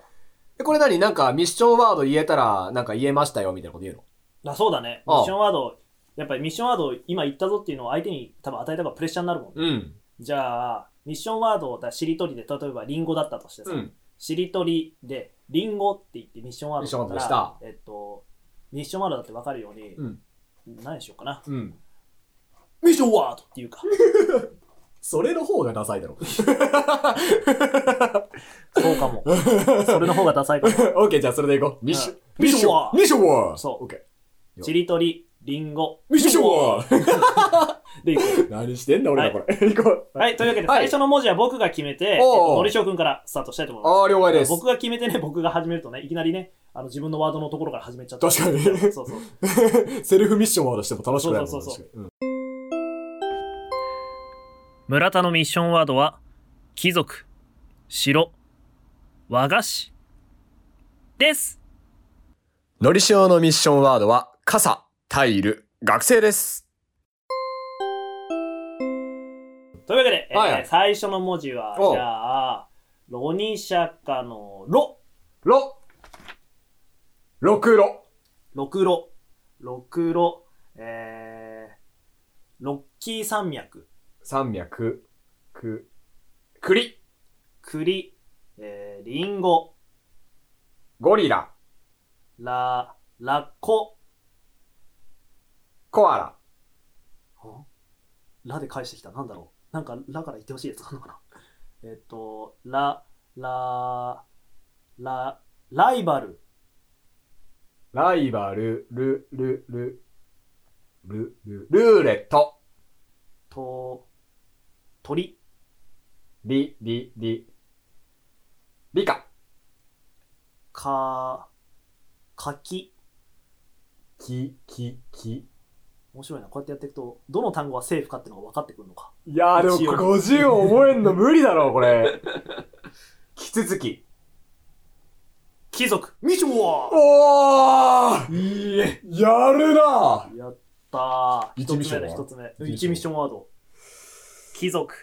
S2: えこれ何なんか、ミッションワード言えたら、なんか言えましたよ、みたいなこと言うの
S1: あそうだね。ミ
S2: ああ
S1: ッションワード、やっぱりミッションワードを今言ったぞっていうのを相手に多分与えた方がプレッシャーになるもんね。
S2: うん。
S1: じゃあ、ミッションワードをだしりとりで、例えばリンゴだったとしてさ、
S2: うん。
S1: しりとりでリンゴって言ってミッションワードだったら
S2: ミッションワード
S1: えっと、ミッションワードだって分かるように、
S2: うん
S1: 何でしようかな。
S2: うん。
S1: ミッションワードっていうか。
S2: それの方がダサいだ [LAUGHS] ろ。
S1: そうかも。それの方がダサいかも。
S2: オッケー、じゃあそれでいこう。ミッション
S1: う、んミッションワー
S2: ミッションワー
S1: そう
S2: オッケ
S1: しりとり、リンゴ、
S2: ー。ミッションワー
S1: ーでいこう。
S2: 何してんだ俺らこれ。行こう。
S1: はい、というわけで、
S2: はい
S1: 最初の文字は僕が決めて、えっ
S2: おう
S1: とのりしょうくんからスタートしたいと思います。
S2: ああ、了解です。
S1: 僕が決めてね、僕が始めるとね、いきなりね、あの自分のワードのところから始めちゃった。
S2: 確かに
S1: そうそう。
S2: [LAUGHS] セルフミッションワードしても楽しくないもん
S1: そうそうそう
S2: 確かにうん
S1: 村田のミッションワードは、貴族、城、和菓子、です。
S2: のりしおのミッションワードは、傘、タイル、学生です。
S1: というわけで、えー
S2: はい
S1: 最初の文字は、
S2: おう
S1: じゃあ、ロニシャカのロ、
S2: ろ、ろくろ、
S1: ロクロ、ロクロ、えー、ロッキー山脈、
S2: 山脈、く、栗、
S1: 栗、えー、リンゴ、
S2: ゴリラ、
S1: ラ、ラッコ、
S2: コアラ、
S1: あラで返してきた。なんだろう。なんか、ラから言ってほしいやつがあるのかな。えっと、ラ、ラ、ラ、ライバル、
S2: ライバル、ル、ル、ル、ル、ル、ルーレット、
S1: と、鳥、
S2: リ、リ、リ、リカ、
S1: か、柿、
S2: キ、キ、キ、
S1: ん面白いな。こうやってやっていくと、どの単語がセーフかっていうのが分かってくるのか。
S2: いやーでも
S1: 一応
S2: 50を覚えんの無理だろ、これ。キツツキ。
S1: 貴族ミシュワ
S2: おー
S1: ーいいえ
S2: やるな
S1: やったー。
S2: 一
S1: 一
S2: ミッ
S1: つ
S2: ショ
S1: 目
S2: ン
S1: だ、
S2: は
S1: 一つ目。
S2: 一ミ
S1: 一ミ
S2: ッション
S1: ッションワード。貴族。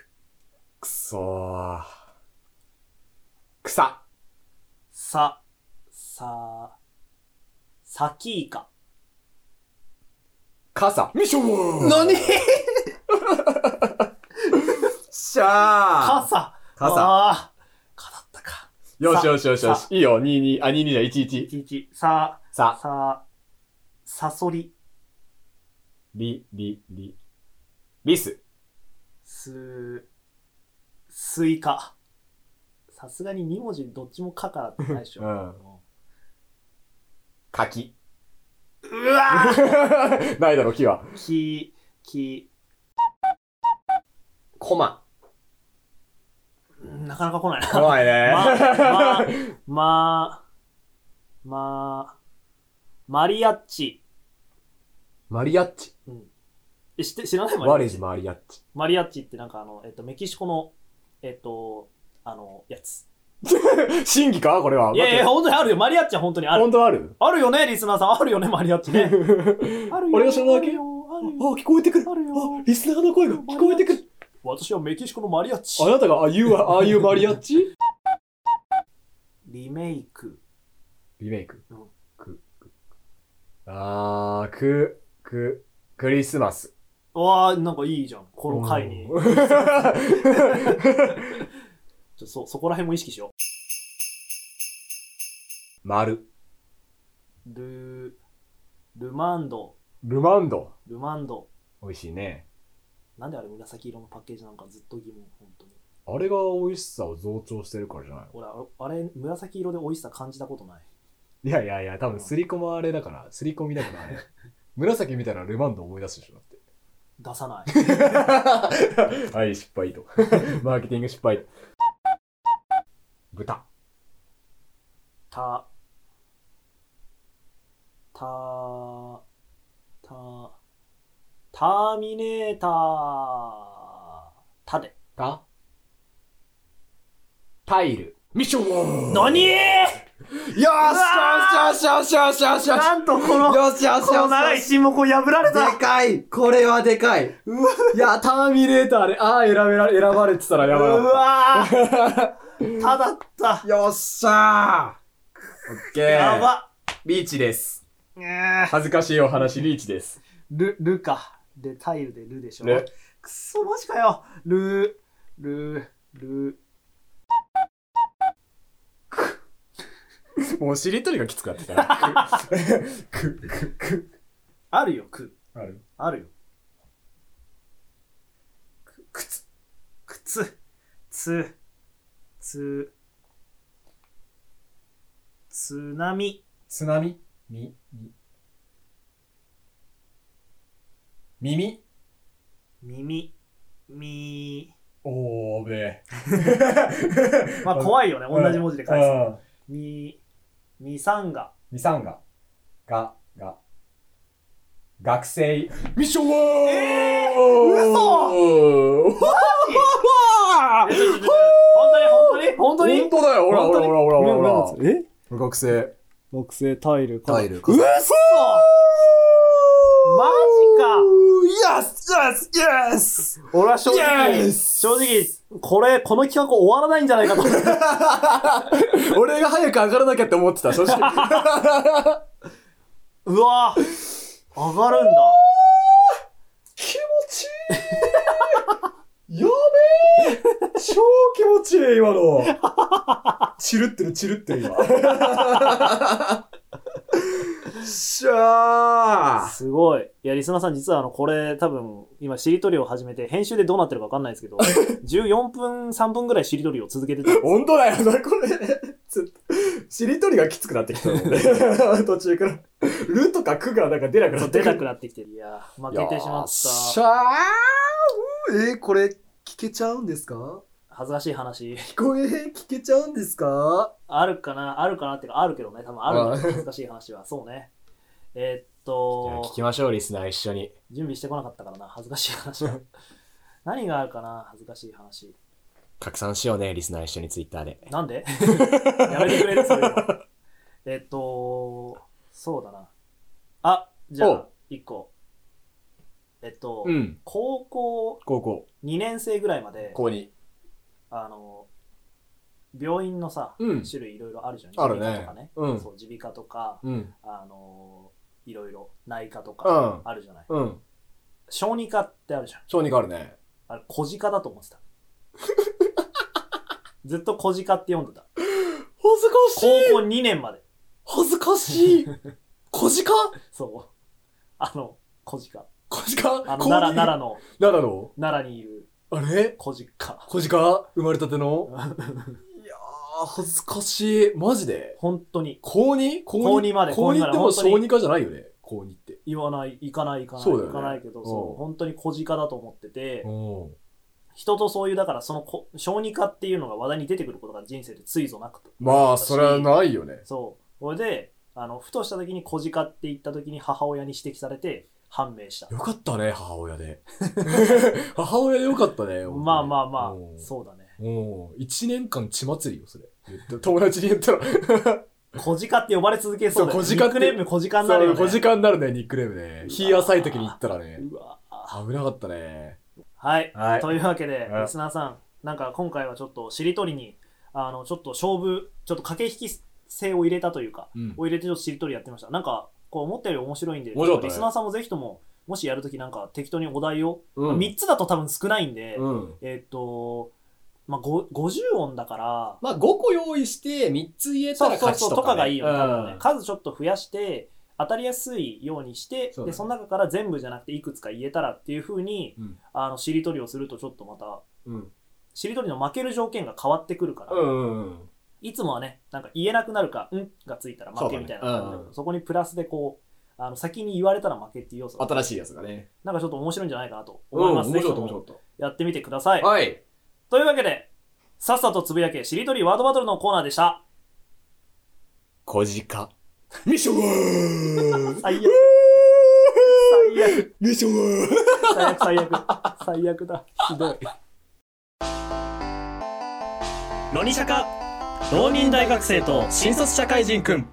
S2: くそー。草。
S1: さ、さ、さきいか。
S2: 傘。ミッショ
S1: [LAUGHS]
S2: ン
S1: なに
S2: しゃー。
S1: 傘
S2: 傘
S1: あーかだったか。
S2: よしよしよしよ
S1: さ
S2: し。いいよ、22、あ、22じゃない、11。
S1: ちいち、さ、
S2: さ、
S1: さ、さそり、
S2: り、り、り。リス。
S1: す、すいか。さすがに2文字どっちもかからってないでしょ。
S2: う
S1: うん
S2: 柿。
S1: わ
S2: [LAUGHS] ないだろ、木は。
S1: ーき、き、
S2: コマ。
S1: なかなか来ないな。
S2: 怖いね
S1: ま、 [LAUGHS] ま、ま、ま、マリアッチ。
S2: マリアッチ。
S1: え、知って、知らないマリアッチ
S2: 我レジマリアッチ。
S1: マリアッチってなんかあの、えっと、メキシコの、えっと、あの、やつ。
S2: 真偽かこれは。
S1: いやいや、
S2: 待っ
S1: 本当にあるよ。マリアッチは本当に
S2: て
S1: ある。
S2: 本当ある
S1: あるよね、リスナー [LAUGHS] さん。あるよね、マリアッチ
S2: [LAUGHS]
S1: ね。あるよ。
S2: 俺が知らないだけ
S1: あるよ。あるよ。
S2: 聞こえてくる
S1: あるよ
S2: リスナーの声が聞こえてくる
S1: 私はメキシコのマリアッチ
S2: あ。なたが、ああいう、ああいうマリアッチ
S1: リメイク。
S2: リメイク
S1: うん。
S2: く、く。あー、く、く、クリスマス。
S1: わあ、なんかいいじゃん。この回に。ち
S2: う
S1: ょ
S2: ん。
S1: [LAUGHS] っとそ、そこら辺も意識しよ
S2: 丸。
S1: う。ル、ルマンド。
S2: ルマンド。
S1: ルマンド。
S2: 美味しいね。
S1: なんであれ紫色のパッケージなんかずっと疑問、本当に。
S2: あれが美味しさを増長してるからじゃない
S1: 俺、あれ、紫色で美味しさ感じたことない。
S2: いやいやいや、多分すり込まあれだから、すり込みだからあ
S1: [LAUGHS]
S2: れ。紫見たらルマンド思い出すでしょ、だって。
S1: 出さない。 [LAUGHS]
S2: はい、失敗と。 [LAUGHS] マーケティング失敗。豚。
S1: た、た、た、ターミネーター、たで。
S2: タタイル。ミッション
S1: なに
S2: よしよしよしよしよしよしよし
S1: なんとこの、
S2: よしよし
S1: この長い沈黙を破られた
S2: でかいこれはでかいう
S1: わ
S2: いや、ターミネーターで、ああ、選べら、選ばれてたら
S1: う
S2: やばい。
S1: わーただった。
S2: よっしゃーオッケー
S1: やば。
S2: リーチです。
S1: うー
S2: 恥ずかしいお話、リーチです。
S1: ル、ルか。で、タイルでルでしょ。
S2: ル
S1: くそ、マジかよ。ル、ル、ル、
S2: もうしりとりがきつくなってきたな。く、く、く、く。
S1: あるよ、く。
S2: ある
S1: あるよ。
S2: 靴。
S1: 靴、つ、つ、津波、
S2: 津波み、み。耳
S1: 耳、み、
S2: おーべえ
S1: まあ怖いよね、同じ文字で返すの。
S2: す。
S1: み、みさんが、
S2: ミサンガ。が、が。学生。ミッションワー
S1: え
S2: ー嘘
S1: えちょちょちょ本当に本当に本
S2: 本
S1: 当に
S2: 当だよほら
S1: 本
S2: ほ
S1: 当
S2: ら
S1: に
S2: ほらほらほらほ
S1: え
S2: ら。学生。
S1: 木製タイルか。
S2: ル
S1: 嘘マ
S2: マジか !Yes! Yes! Yes!
S1: ジか俺は正直、
S2: Yes
S1: 正直、これ、この企画終わらないんじゃないかと思って。
S2: 俺が早く上がらなきゃって思ってた、正直。
S1: うわぁ、上がるんだ。
S2: 気持ちいいやべえ超気持ちいい、今の。チルってる、チルってる、今。しゃー
S1: すごい。いや、リスナーさん、実はあの、これ、多分、今、しりとりを始めて、編集でどうなってるかわかんないです [LAUGHS] けど、14分、3分ぐらいしりとりを続けてた。
S2: 本当だよな、これ。ちょっとしりとりがきつくなってきたもんね。途中から。るとかくがなんか出なくな
S1: そ
S2: っ
S1: う
S2: て
S1: 出
S2: くる
S1: なくなってきてる。いやー、負けてしまっ
S2: よったし。ゃーうーえーこれ聞けちゃうんですか
S1: 恥ずかしい話。
S2: 聞こえ、聞けちゃうんですか
S1: あるかな、あるかなっていうか、あるけどね、多分あるんだよ
S2: あー
S1: 恥ずかしい話は。そうね。えーっ
S2: じゃあ聞
S1: と、
S2: きましょう、リスナー一緒に。
S1: 準備してこなかったからな。恥ずかしい話 [LAUGHS] が。何があるかな恥ずかしい話。
S2: 拡散しようね、リスナー一緒にツイッターで。
S1: なんで [LAUGHS] やめてくれるそれはえっと、そうだな。あ、じゃ
S2: お
S1: あ
S2: う、
S1: 一個。えっと、
S2: ん。
S1: 高校
S2: 高校。
S1: 2年生ぐらいまで、
S2: 高に。
S1: あの、病院のさ、
S2: うん
S1: 種類いろいろあるじゃん。
S2: ある
S1: 耳鼻
S2: ね
S1: 科とかね。
S2: うん
S1: そう、耳鼻科とか、
S2: うん。
S1: あの、いろいろ内科と
S2: う
S1: か
S2: ん
S1: あるじゃない。
S2: うん。
S1: 小児科ってあるじゃん。
S2: 小児科あるね。
S1: あれ、小児科だと思って
S2: [LAUGHS]
S1: た。ずっと小児科って読んでた。
S2: 恥ずか
S1: 高校2年まで。
S2: 恥ずか
S1: [LAUGHS]
S2: しい小児科
S1: そう。あの、小鹿。
S2: 小児科
S1: あの、
S2: 高二
S1: 奈良、奈良の、
S2: 奈良の
S1: 奈良にいる
S2: あれ
S1: 小鹿。
S2: 小児科生まれた
S1: [LAUGHS]
S2: てのいやー、恥ずかしい。マジで
S1: 本当に、
S2: 高二
S1: 高二まで
S2: 高二って
S1: 高
S2: もう
S1: 二まで
S2: 小児科じゃないよね。高二って。
S1: 言わない、行かない、行かない、
S2: そうだよ
S1: 行
S2: ね
S1: かないけど、そうう、
S2: ん
S1: 本当に小鹿だと思ってて、
S2: お
S1: 人とそういう、だからそのこ小児科っていうのが話題に出てくることが人生でついぞなくて。
S2: まあ、それはないよね。
S1: そう。それで、あの、ふとした時に小鹿って言った時に母親に指摘されて、判明した。
S2: よかったね、母
S1: [LAUGHS]
S2: 親で。 [LAUGHS] 母親でよかったね。
S1: まあまあまあ
S2: う、ん
S1: そうだね。
S2: もう、一年間血祭りよ、それ。言った友達に言ったら、
S1: 小鹿って呼ばれ続けそうだよ、ね。
S2: そう小鹿って
S1: ニックネーム小鹿になるよ、
S2: そう、
S1: ね。
S2: 5時間になるね、ニックネームね。日浅い時に言ったらね。
S1: うわぁ
S2: 危なかったね。
S1: はい。
S2: はい
S1: というわけで、
S2: はい
S1: リスナーさん、なんか今回はちょっとしりとりに、あの、ちょっと勝負、ちょっと駆け引き性を入れたというか、
S2: うん。
S1: を入れてちょっとしりとりやってみました。なんか、こう思ったより面白いんで、
S2: 面白かったね
S1: リスナーさんもぜひとも、もしやるときなんか適当にお題を、
S2: う
S1: まあ3つだと多分少ないんで、
S2: うん。
S1: えっと、まあ、ご50音だから、
S2: まあ、5個用意して、3つ言えた
S1: そう
S2: ら
S1: そう
S2: 勝ち
S1: そう、
S2: と
S1: と
S2: か、ね。
S1: かがいいよね、多分ね
S2: うん
S1: 数ちょっと増やして、当たりやすいようにして、
S2: そうだね
S1: で、その中から全部じゃなくていくつか言えたらっていうふうに、
S2: うん
S1: あの、しりとりをするとちょっとまた
S2: うん。
S1: しりとりの負ける条件が変わってくるから、
S2: うんうん。
S1: いつもはね、なんか言えなくなるか、うんがついたら負けみたいな感じだけど
S2: そうだねうんうん
S1: そこにプラスでこう、あの先に言われたら負けっていう要素が
S2: 新しいやつがね。
S1: なんかちょっと面白いんじゃないかなと思います、
S2: うん
S1: ぜ
S2: 面
S1: ひ
S2: 白
S1: と
S2: かった、面
S1: も
S2: 白かっ
S1: やってみてください
S2: た。。はい。
S1: というわけで、さっさとつぶやけ、しりとりワードバトルのコーナーでした。
S2: 小鹿。ミッションは
S1: 最悪、最悪、
S2: ミッション [LAUGHS] は
S1: 最悪、最悪、最悪だ。ひどい。
S3: ロニシャカ浪人大学生と新卒社会人くん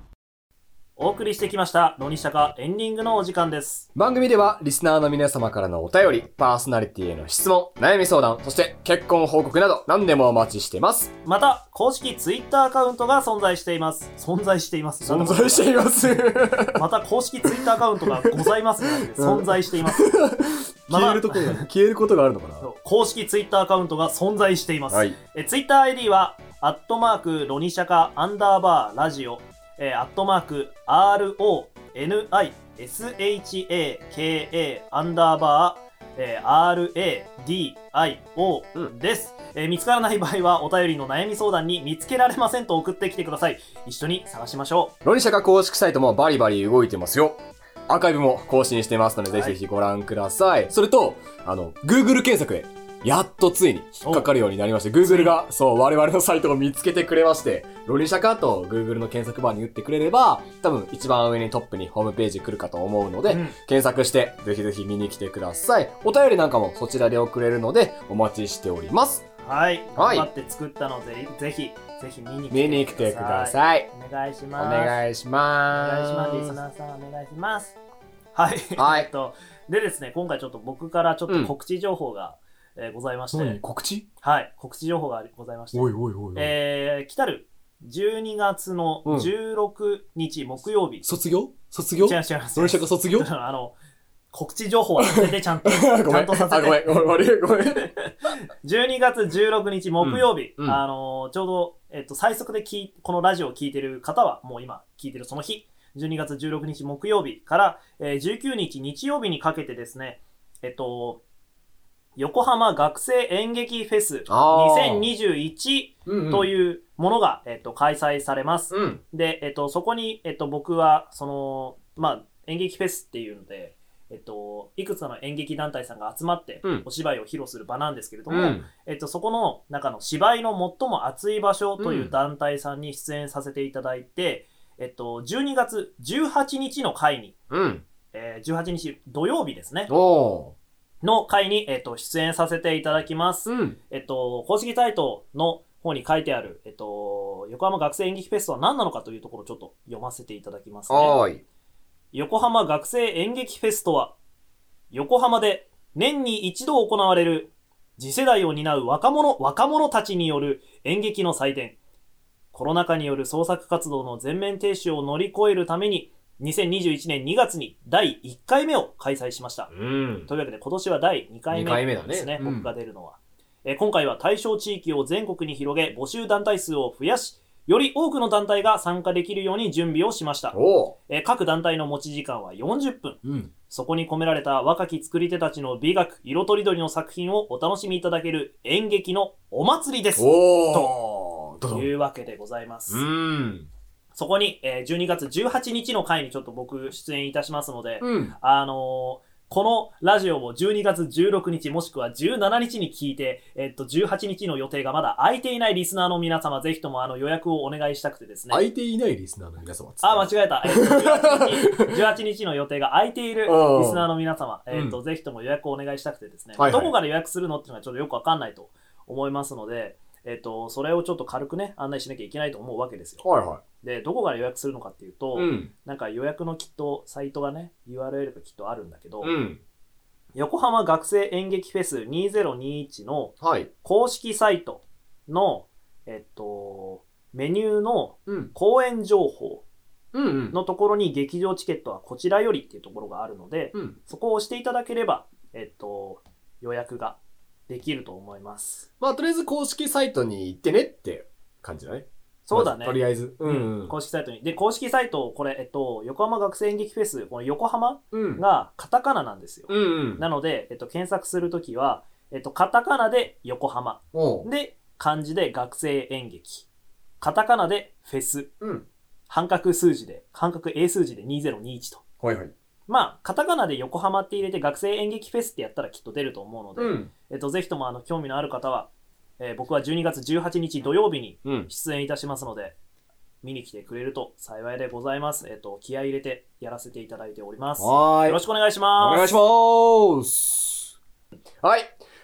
S1: お送りしてきました、ロニシャカエンディングのお時間です。
S2: 番組ではリスナーの皆様からのお便り、パーソナリティへの質問、悩み相談、そして結婚報告など何でもお待ちしてます。
S1: また、公式ツイッターアカウントが存在しています。存在しています。
S2: 存在してい [LAUGHS] ます。
S1: また公式ツイッターアカウントがござい
S2: [LAUGHS]
S1: ますので、存在しています。ま
S2: 消え
S1: だ
S2: るとこ [LAUGHS] ろが、消えることがあるのかな
S1: そう公式ツイッターアカウントが存在しています。
S2: はい。
S1: えツイッター ID は、アットマーク、ロニシャカ、アンダーバー、ラジオ、えーアットマーク、RONISHAKA、アンダーバー、えー RADIO です、えー見つからない場合は、お便りの悩み相談に見つけられませんと送ってきてください。一緒に探しましょう。
S2: ロニシャカ公式サイトもバリバリ動いてますよ。アーカイブも更新してますので、
S1: はい
S2: ぜひぜひご覧ください。それと、あの、Google 検索で、やっとついに引っかかるようになりまして、Google が、そう、我々のサイトを見つけてくれまして、ロニシャカと Google の検索バーに打ってくれれば、多分一番上にトップにホームページ来るかと思うので、
S1: うん
S2: 検索して、ぜひぜひ見に来てください。お便りなんかもそちらで送れるので、お待ちしております。
S1: はい。
S2: はい
S1: 頑張って作ったので、ぜひ、ぜひ見に来てください。
S2: 見に来てく
S1: お
S2: ださい。
S1: 願いし
S2: お
S1: ます。いし
S2: 願い
S1: お
S2: し
S1: 願い
S2: ま
S1: します。リス
S2: す。
S1: ナーさん、お願いします。はい。
S2: は
S1: えっ
S2: い。
S1: と、でですね、今回ちょっと僕からちょっと告知情報が、えーございまして、
S2: 何告知
S1: はい、告知情報がございまして、
S2: おいおいおいおい。
S1: えー、来たる12月の
S2: うん
S1: 16日木曜日、
S2: 卒業卒業
S1: 違う違う違う。
S2: ロニシャカ卒業
S1: [LAUGHS] あの、告知情報はさせてちゃんと、ちゃ
S2: [LAUGHS] ごめ
S1: ん
S2: ん。
S1: とさせ
S2: あ、ごめ
S1: て。
S2: ん。ごめん悪い。ごめん。
S1: 12月16日木曜日、
S2: うんうん
S1: あのーちょうど、えっと、最速で聞いこのラジオを聞いてる方は、もう今聞いてるその日、12月16日木曜日から、えー19日日曜日にかけてですね、えっと、横浜学生演劇フェス
S2: あー
S1: 2021
S2: うん
S1: と
S2: う。
S1: いうものが、えっと、開催されます。
S2: うん。
S1: で、えっと、そこに、えっと、僕は、その、まあ、演劇フェスっていうので、えっと、いくつかの演劇団体さんが集まって
S2: うん、
S1: お芝居を披露する場なんですけれど
S2: う
S1: も、
S2: ん。
S1: えっと、そこの中の芝居の最も熱い場所といううん団体さんに出演させていただいて、えっと、12月18日の回に、
S2: うん。
S1: えー18日土曜日ですね、
S2: お
S1: の回に、えっ、と、出演させていただきます。
S2: ー。うん。
S1: えっと、公式タイトルの方に書いてある、えっと、横浜学生演劇フェスとは何なのかというところをちょっと読ませていただきますね。
S2: おーい。
S1: 横浜学生演劇フェスとは、横浜で年に一度行われる次世代を担う若者、若者たちによる演劇の祭典。コロナ禍による創作活動の全面停止を乗り越えるために、2021年2月に第1回目を開催しました。
S2: うん。
S1: というわけで今年は第2回
S2: 二回目
S1: 目
S2: だね
S1: ですね、
S2: うん
S1: 僕が出るのは、えー今回は対象地域を全国に広げ募集団体数を増やしより多くの団体が参加できるように準備をしました、
S2: おー。
S1: えー各団体の持ち時間は40分
S2: うん。
S1: そこに込められた若き作り手たちの美学色とりどりの作品をお楽しみいただける演劇のお祭りです
S2: おー。ど
S1: と
S2: う
S1: いうわけでございます、
S2: ん。
S1: そこに、えー12月18日の回にちょっと僕出演いたしますので、
S2: うん。
S1: あのーこのラジオを12月16日もしくは17日に聞いて、えっと、18日の予定がまだ空いていないリスナーの皆様、ぜひともあの予約をお願いしたくてですね。
S2: 空いていないリスナーの皆様。
S1: あ、
S2: え
S1: 間違えた。えっと、18日
S2: [LAUGHS]
S1: 18日の予定が空いているリ
S2: うん
S1: スナーの皆様、えっと、ぜひとも予約をお願いしたくてですね、
S2: はいはい
S1: どこから予約するのっていうのはちょっとよくわかんないと思いますので、えっと、それをちょっと軽くね、案内しなきゃいけないと思うわけですよ。
S2: はいは
S1: で、どこから予約するのかっていうと、
S2: い。うん。
S1: なんか予約のきっとサイトがね、URL がきっとあるんだけど、
S2: うん。
S1: 横浜学生演劇フェス2021の
S2: はい。
S1: 公式サイトの、えっと、メニューの
S2: うん。
S1: 公演情報
S2: うんうん。
S1: のところに劇場チケットはこちらよりっていうところがあるので、
S2: うん。
S1: そこを押していただければ、えっと、予約ができると思います。
S2: まあ、とりあえず公式サイトに行ってねって感じだね。
S1: そうだね。
S2: まあとりあえず。うん。
S1: 公式サイトに。で、公式サイト、これ、えっと、横浜学生演劇フェス、この横浜
S2: うん。
S1: がカタカナなんですよ。
S2: うんうん。
S1: なので、えっと、検索するときは、えっと、カタカナで横浜。
S2: おう
S1: で、漢字で学生演劇。カタカナでフェス。
S2: うん。
S1: 半角数字で、半角英数字で2021と。
S2: はいはい。
S1: まあ、カタカナで横浜って入れて学生演劇フェスってやったらきっと出ると思うので、
S2: うん。
S1: えっと、ぜひともあの、興味のある方は、えー僕は12月18日土曜日に
S2: うん。
S1: 出演いたしますので、見に来てくれると幸いでございます。えっと、気合い入れてやらせていただいております。よ
S2: はーい。
S1: ろしくお願いし
S2: お
S1: ます。
S2: 願いします。はい。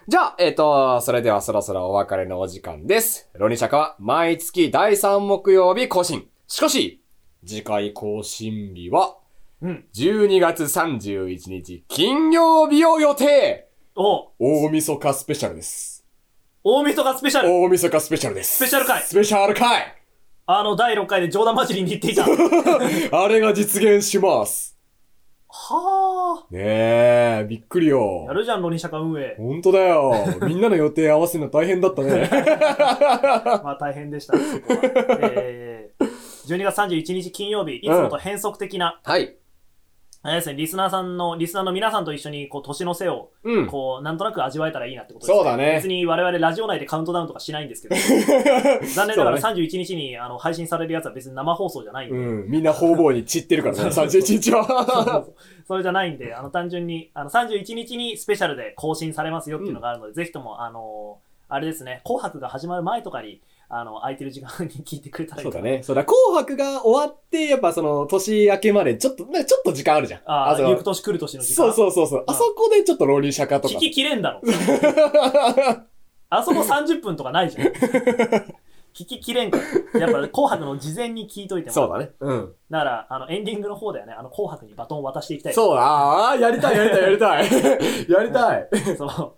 S2: じゃあ、えっ、と、それではそろそろお別れのお時間です。ロニシャカは毎月第3木曜日更新。しかし、次回更新日は
S1: うん。
S2: 12月31日金曜日を予定
S1: おう
S2: 大晦日スペシャルです。
S1: 大晦日スペシャル
S2: 大晦日スペシャルです。
S1: スペシャル回
S2: スペシャル回
S1: あの、第6回で冗談交じりに言っ
S2: [LAUGHS]
S1: ていた。は
S2: あれが実現します。
S1: あ。
S2: ねえ、びっくりよ。
S1: やるじゃん、ロニシャカ運
S2: [LAUGHS]
S1: 営。
S2: ほんとだよ。みんなの予定合わせるの大変だったね。
S1: [LAUGHS] まあ大変でした、ね、そこはえー12月31日金曜日、いつもと変則的な、
S2: はい。
S1: あれですね、リスナーさんの、リスナーの皆さんと一緒に、こう、年の瀬を、
S2: うん。
S1: こう、なんとなく味わえたらいいなってことです
S2: そうだね
S1: 別に我々ラジオ内でカウントダウンとかしないんです
S2: [LAUGHS]
S1: けど、残念ながら31日に、あの、配信されるやつは別に生放送じゃないんで、
S2: うん、みんな方々に散ってるからね、31日は。
S1: [LAUGHS] それじゃないんで、あの、単純に、あの、31日にスペシャルで更新されますよっていうのがあるので、ぜひとも、あのあれですね、紅白が始まる前とかに、あの、空いてる時間に聞いてくれたらい
S2: [LAUGHS] そ
S1: いうか
S2: だ
S1: な。
S2: ね。そうだ、紅白が終わって、やっぱその、年明けまで、ちょっと、ね、ちょっと時間あるじゃん。
S1: ああ、
S2: そ
S1: ゆく
S2: の
S1: 年来る年の時間。
S2: そうそうそうそう。あそこでちょっとローリー釈迦と
S1: 聞ききれんだ
S2: [LAUGHS]
S1: ろ。
S2: か。
S1: あそこ30分とかないじゃん。
S2: [LAUGHS]
S1: 聞ききれんから。やっぱ紅白の事前に聞いといても。
S2: そうだね。うん。
S1: だから、あの、エンディングの方だよね。あの、紅白にバトンを渡していきたい。
S2: そうだ、ああ、やりたい、やりたい、やりたい。 [LAUGHS] やりたい。
S1: う。そう。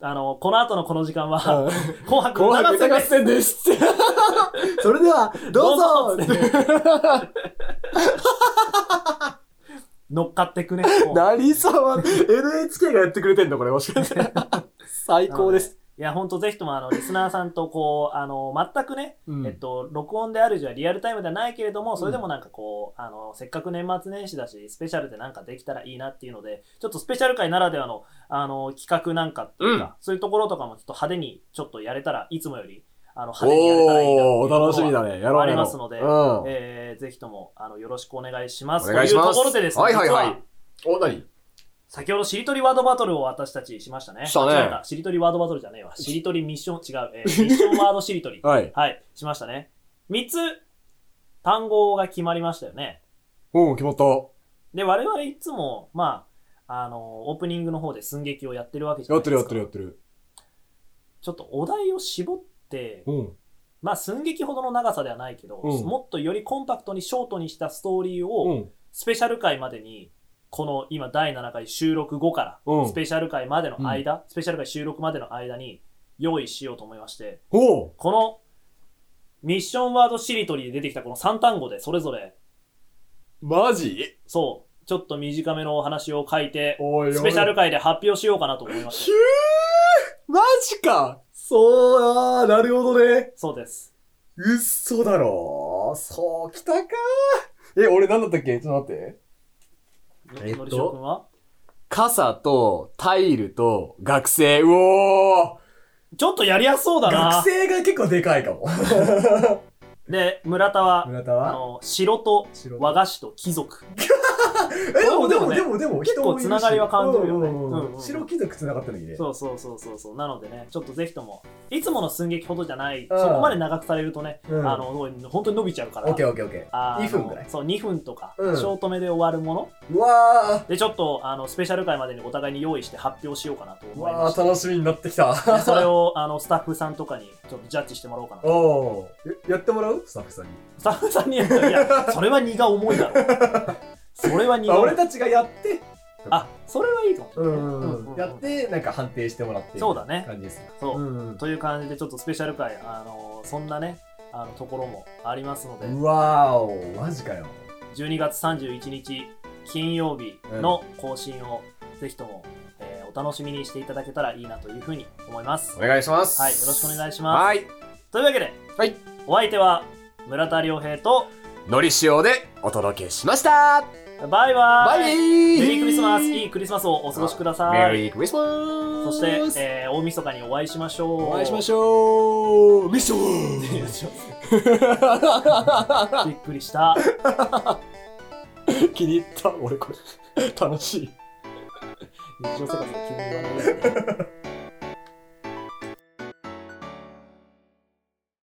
S1: あの、この後のこの時間は、
S2: うん
S1: 紅白
S2: 紅白
S1: の
S2: 歌合戦です。それでは、どうぞ
S1: どう
S2: [LAUGHS]
S1: 乗っかって
S2: [LAUGHS]
S1: くね。もう
S2: 何様、NHK がやってくれてんのこれ、もしかして。 [LAUGHS] 最高です。
S1: いや、ほんとぜひとも、あの、リスナーさんと、こう、あの、全くね、
S2: うん
S1: えっと、録音であるじゃリアルタイムではないけれども、それでもなんかこう、あの、せっかく年末年始だし、スペシャルでなんかできたらいいなっていうので、ちょっとスペシャル界ならではの、あの、企画なんかっていうか、
S2: うん
S1: そういうところとかもちょっと派手にちょっとやれたら、いつもより、あの、派手にやれたらいいなっていう
S2: お
S1: ところ
S2: ー、
S1: は
S2: 楽しみだね。やろうやろう
S1: ありますので
S2: うん。
S1: えーぜひとも、あの、よろしくお願いします。
S2: お願いしま
S1: とい
S2: す
S1: うところでですね、
S2: はいはいはい
S1: 実は
S2: お、なに
S1: 先ほどしりとりワードバトルを私たちしましたね。
S2: したね
S1: 間違えしりとりワードバトルじゃねえわ。しりとりミッション、違う。え
S2: [LAUGHS]
S1: ーミッションワードしりとり。
S2: はい。
S1: はい、しましたね。3つ、単語が決まりましたよね。
S2: うん、決まった。
S1: で、我々いつも、まあ、あの、オープニングの方で寸劇をやってるわけじゃ
S2: や
S1: な
S2: っ
S1: いで
S2: て
S1: す
S2: る
S1: か。
S2: やってるやってる。
S1: ちょっとお題を絞って、
S2: うん。
S1: まあ、寸劇ほどの長さではないけど、
S2: うん
S1: もっとよりコンパクトにショートにしたストーリーを、
S2: うん。
S1: スペシャル回までに、この今第7回収録後から、
S2: うん
S1: ス。ペシャル回までの間、スペシャル回収録までの間に用意しようと思いまして、
S2: おう
S1: このミッションワードしりとりで出てきたこの3単語でそれぞれ、
S2: マジ
S1: そう、ちょっと短めのお話を書いて、
S2: おいおい
S1: スペシャル回で発表しようかなと思いまし
S2: ひゅ
S1: て。
S2: ーマジかそう、あーなるほどね。
S1: そうです。
S2: 嘘だろそうきたかえ、俺なんだったっけちょっと待って。えっと
S1: のりしおくんは
S2: 傘とタイルと学生。うおー
S1: ちょっとやりやすそうだな
S2: 学。生が結構でかいかも。
S1: で、村田は、
S2: 村田
S1: あ
S2: は
S1: の、城と
S2: 白
S1: 和菓子と貴族。
S2: え、でもでも
S1: ね
S2: でもでも、人もいる
S1: 結構
S2: し
S1: つながりは感じるよね
S2: うんうんうん
S1: うんうん
S2: 白貴族つながったのにね。
S1: そうそうそうそうそうなのでねちょっとぜひともいつもの寸劇ほどじゃない
S2: うん
S1: そこまで長くされるとね、
S2: うん
S1: あの本当に伸びちゃうから
S2: オッケーオッケーオッケー。
S1: あの
S2: 2分ぐらい。
S1: そう2分とか、
S2: うん
S1: ショート目で終わるもの
S2: うわ
S1: でちょっとあのスペシャル回までにお互いに用意して発表しようかなと
S2: ーう
S1: 思いま
S2: わ
S1: し
S2: ー楽しみになってきた。
S1: たで [LAUGHS] それをあのスタッフさんとかにちょっとジャッジしてもらおうかな
S2: おおー。ややってもらうスタッフさんに。
S1: スタッフさんにやったらい [LAUGHS] やそれは荷が重いだろそれは荷
S2: あ
S1: が重
S2: 俺
S1: い
S2: たちがやって、
S1: あそれはいいかもしれない、うんうん
S2: やって、なんか判定してもらって。
S1: そうだね
S2: 感じですね。
S1: そう、
S2: ん
S1: という感じでちょっとスペシャル回あのそんなねあのところもありますので、
S2: うわーお、マジかよ。
S1: 12月31日金曜日の更新をぜひとも、えーお楽しみにしていただけたらいいなというふうに思います。
S2: お
S1: はい、よ
S2: 願いします。
S1: ろしくお願いします。
S2: はい。
S1: というわけで、
S2: はい
S1: お相手は村田良平と
S2: のりしおでお届けしました。
S1: バイバイ
S2: バイ
S1: メリークリスマスいいクリスマスをお過ごしくださ
S2: メ
S1: い。
S2: リークリスマス
S1: そして、えー大晦日にお会いしましょう。
S2: お会いしまし
S1: ょ
S2: ょうミッション
S1: びっくりした。
S2: [LAUGHS] 気に [LAUGHS] 入った俺これ楽しい
S1: 日常生活が急に言わないようにね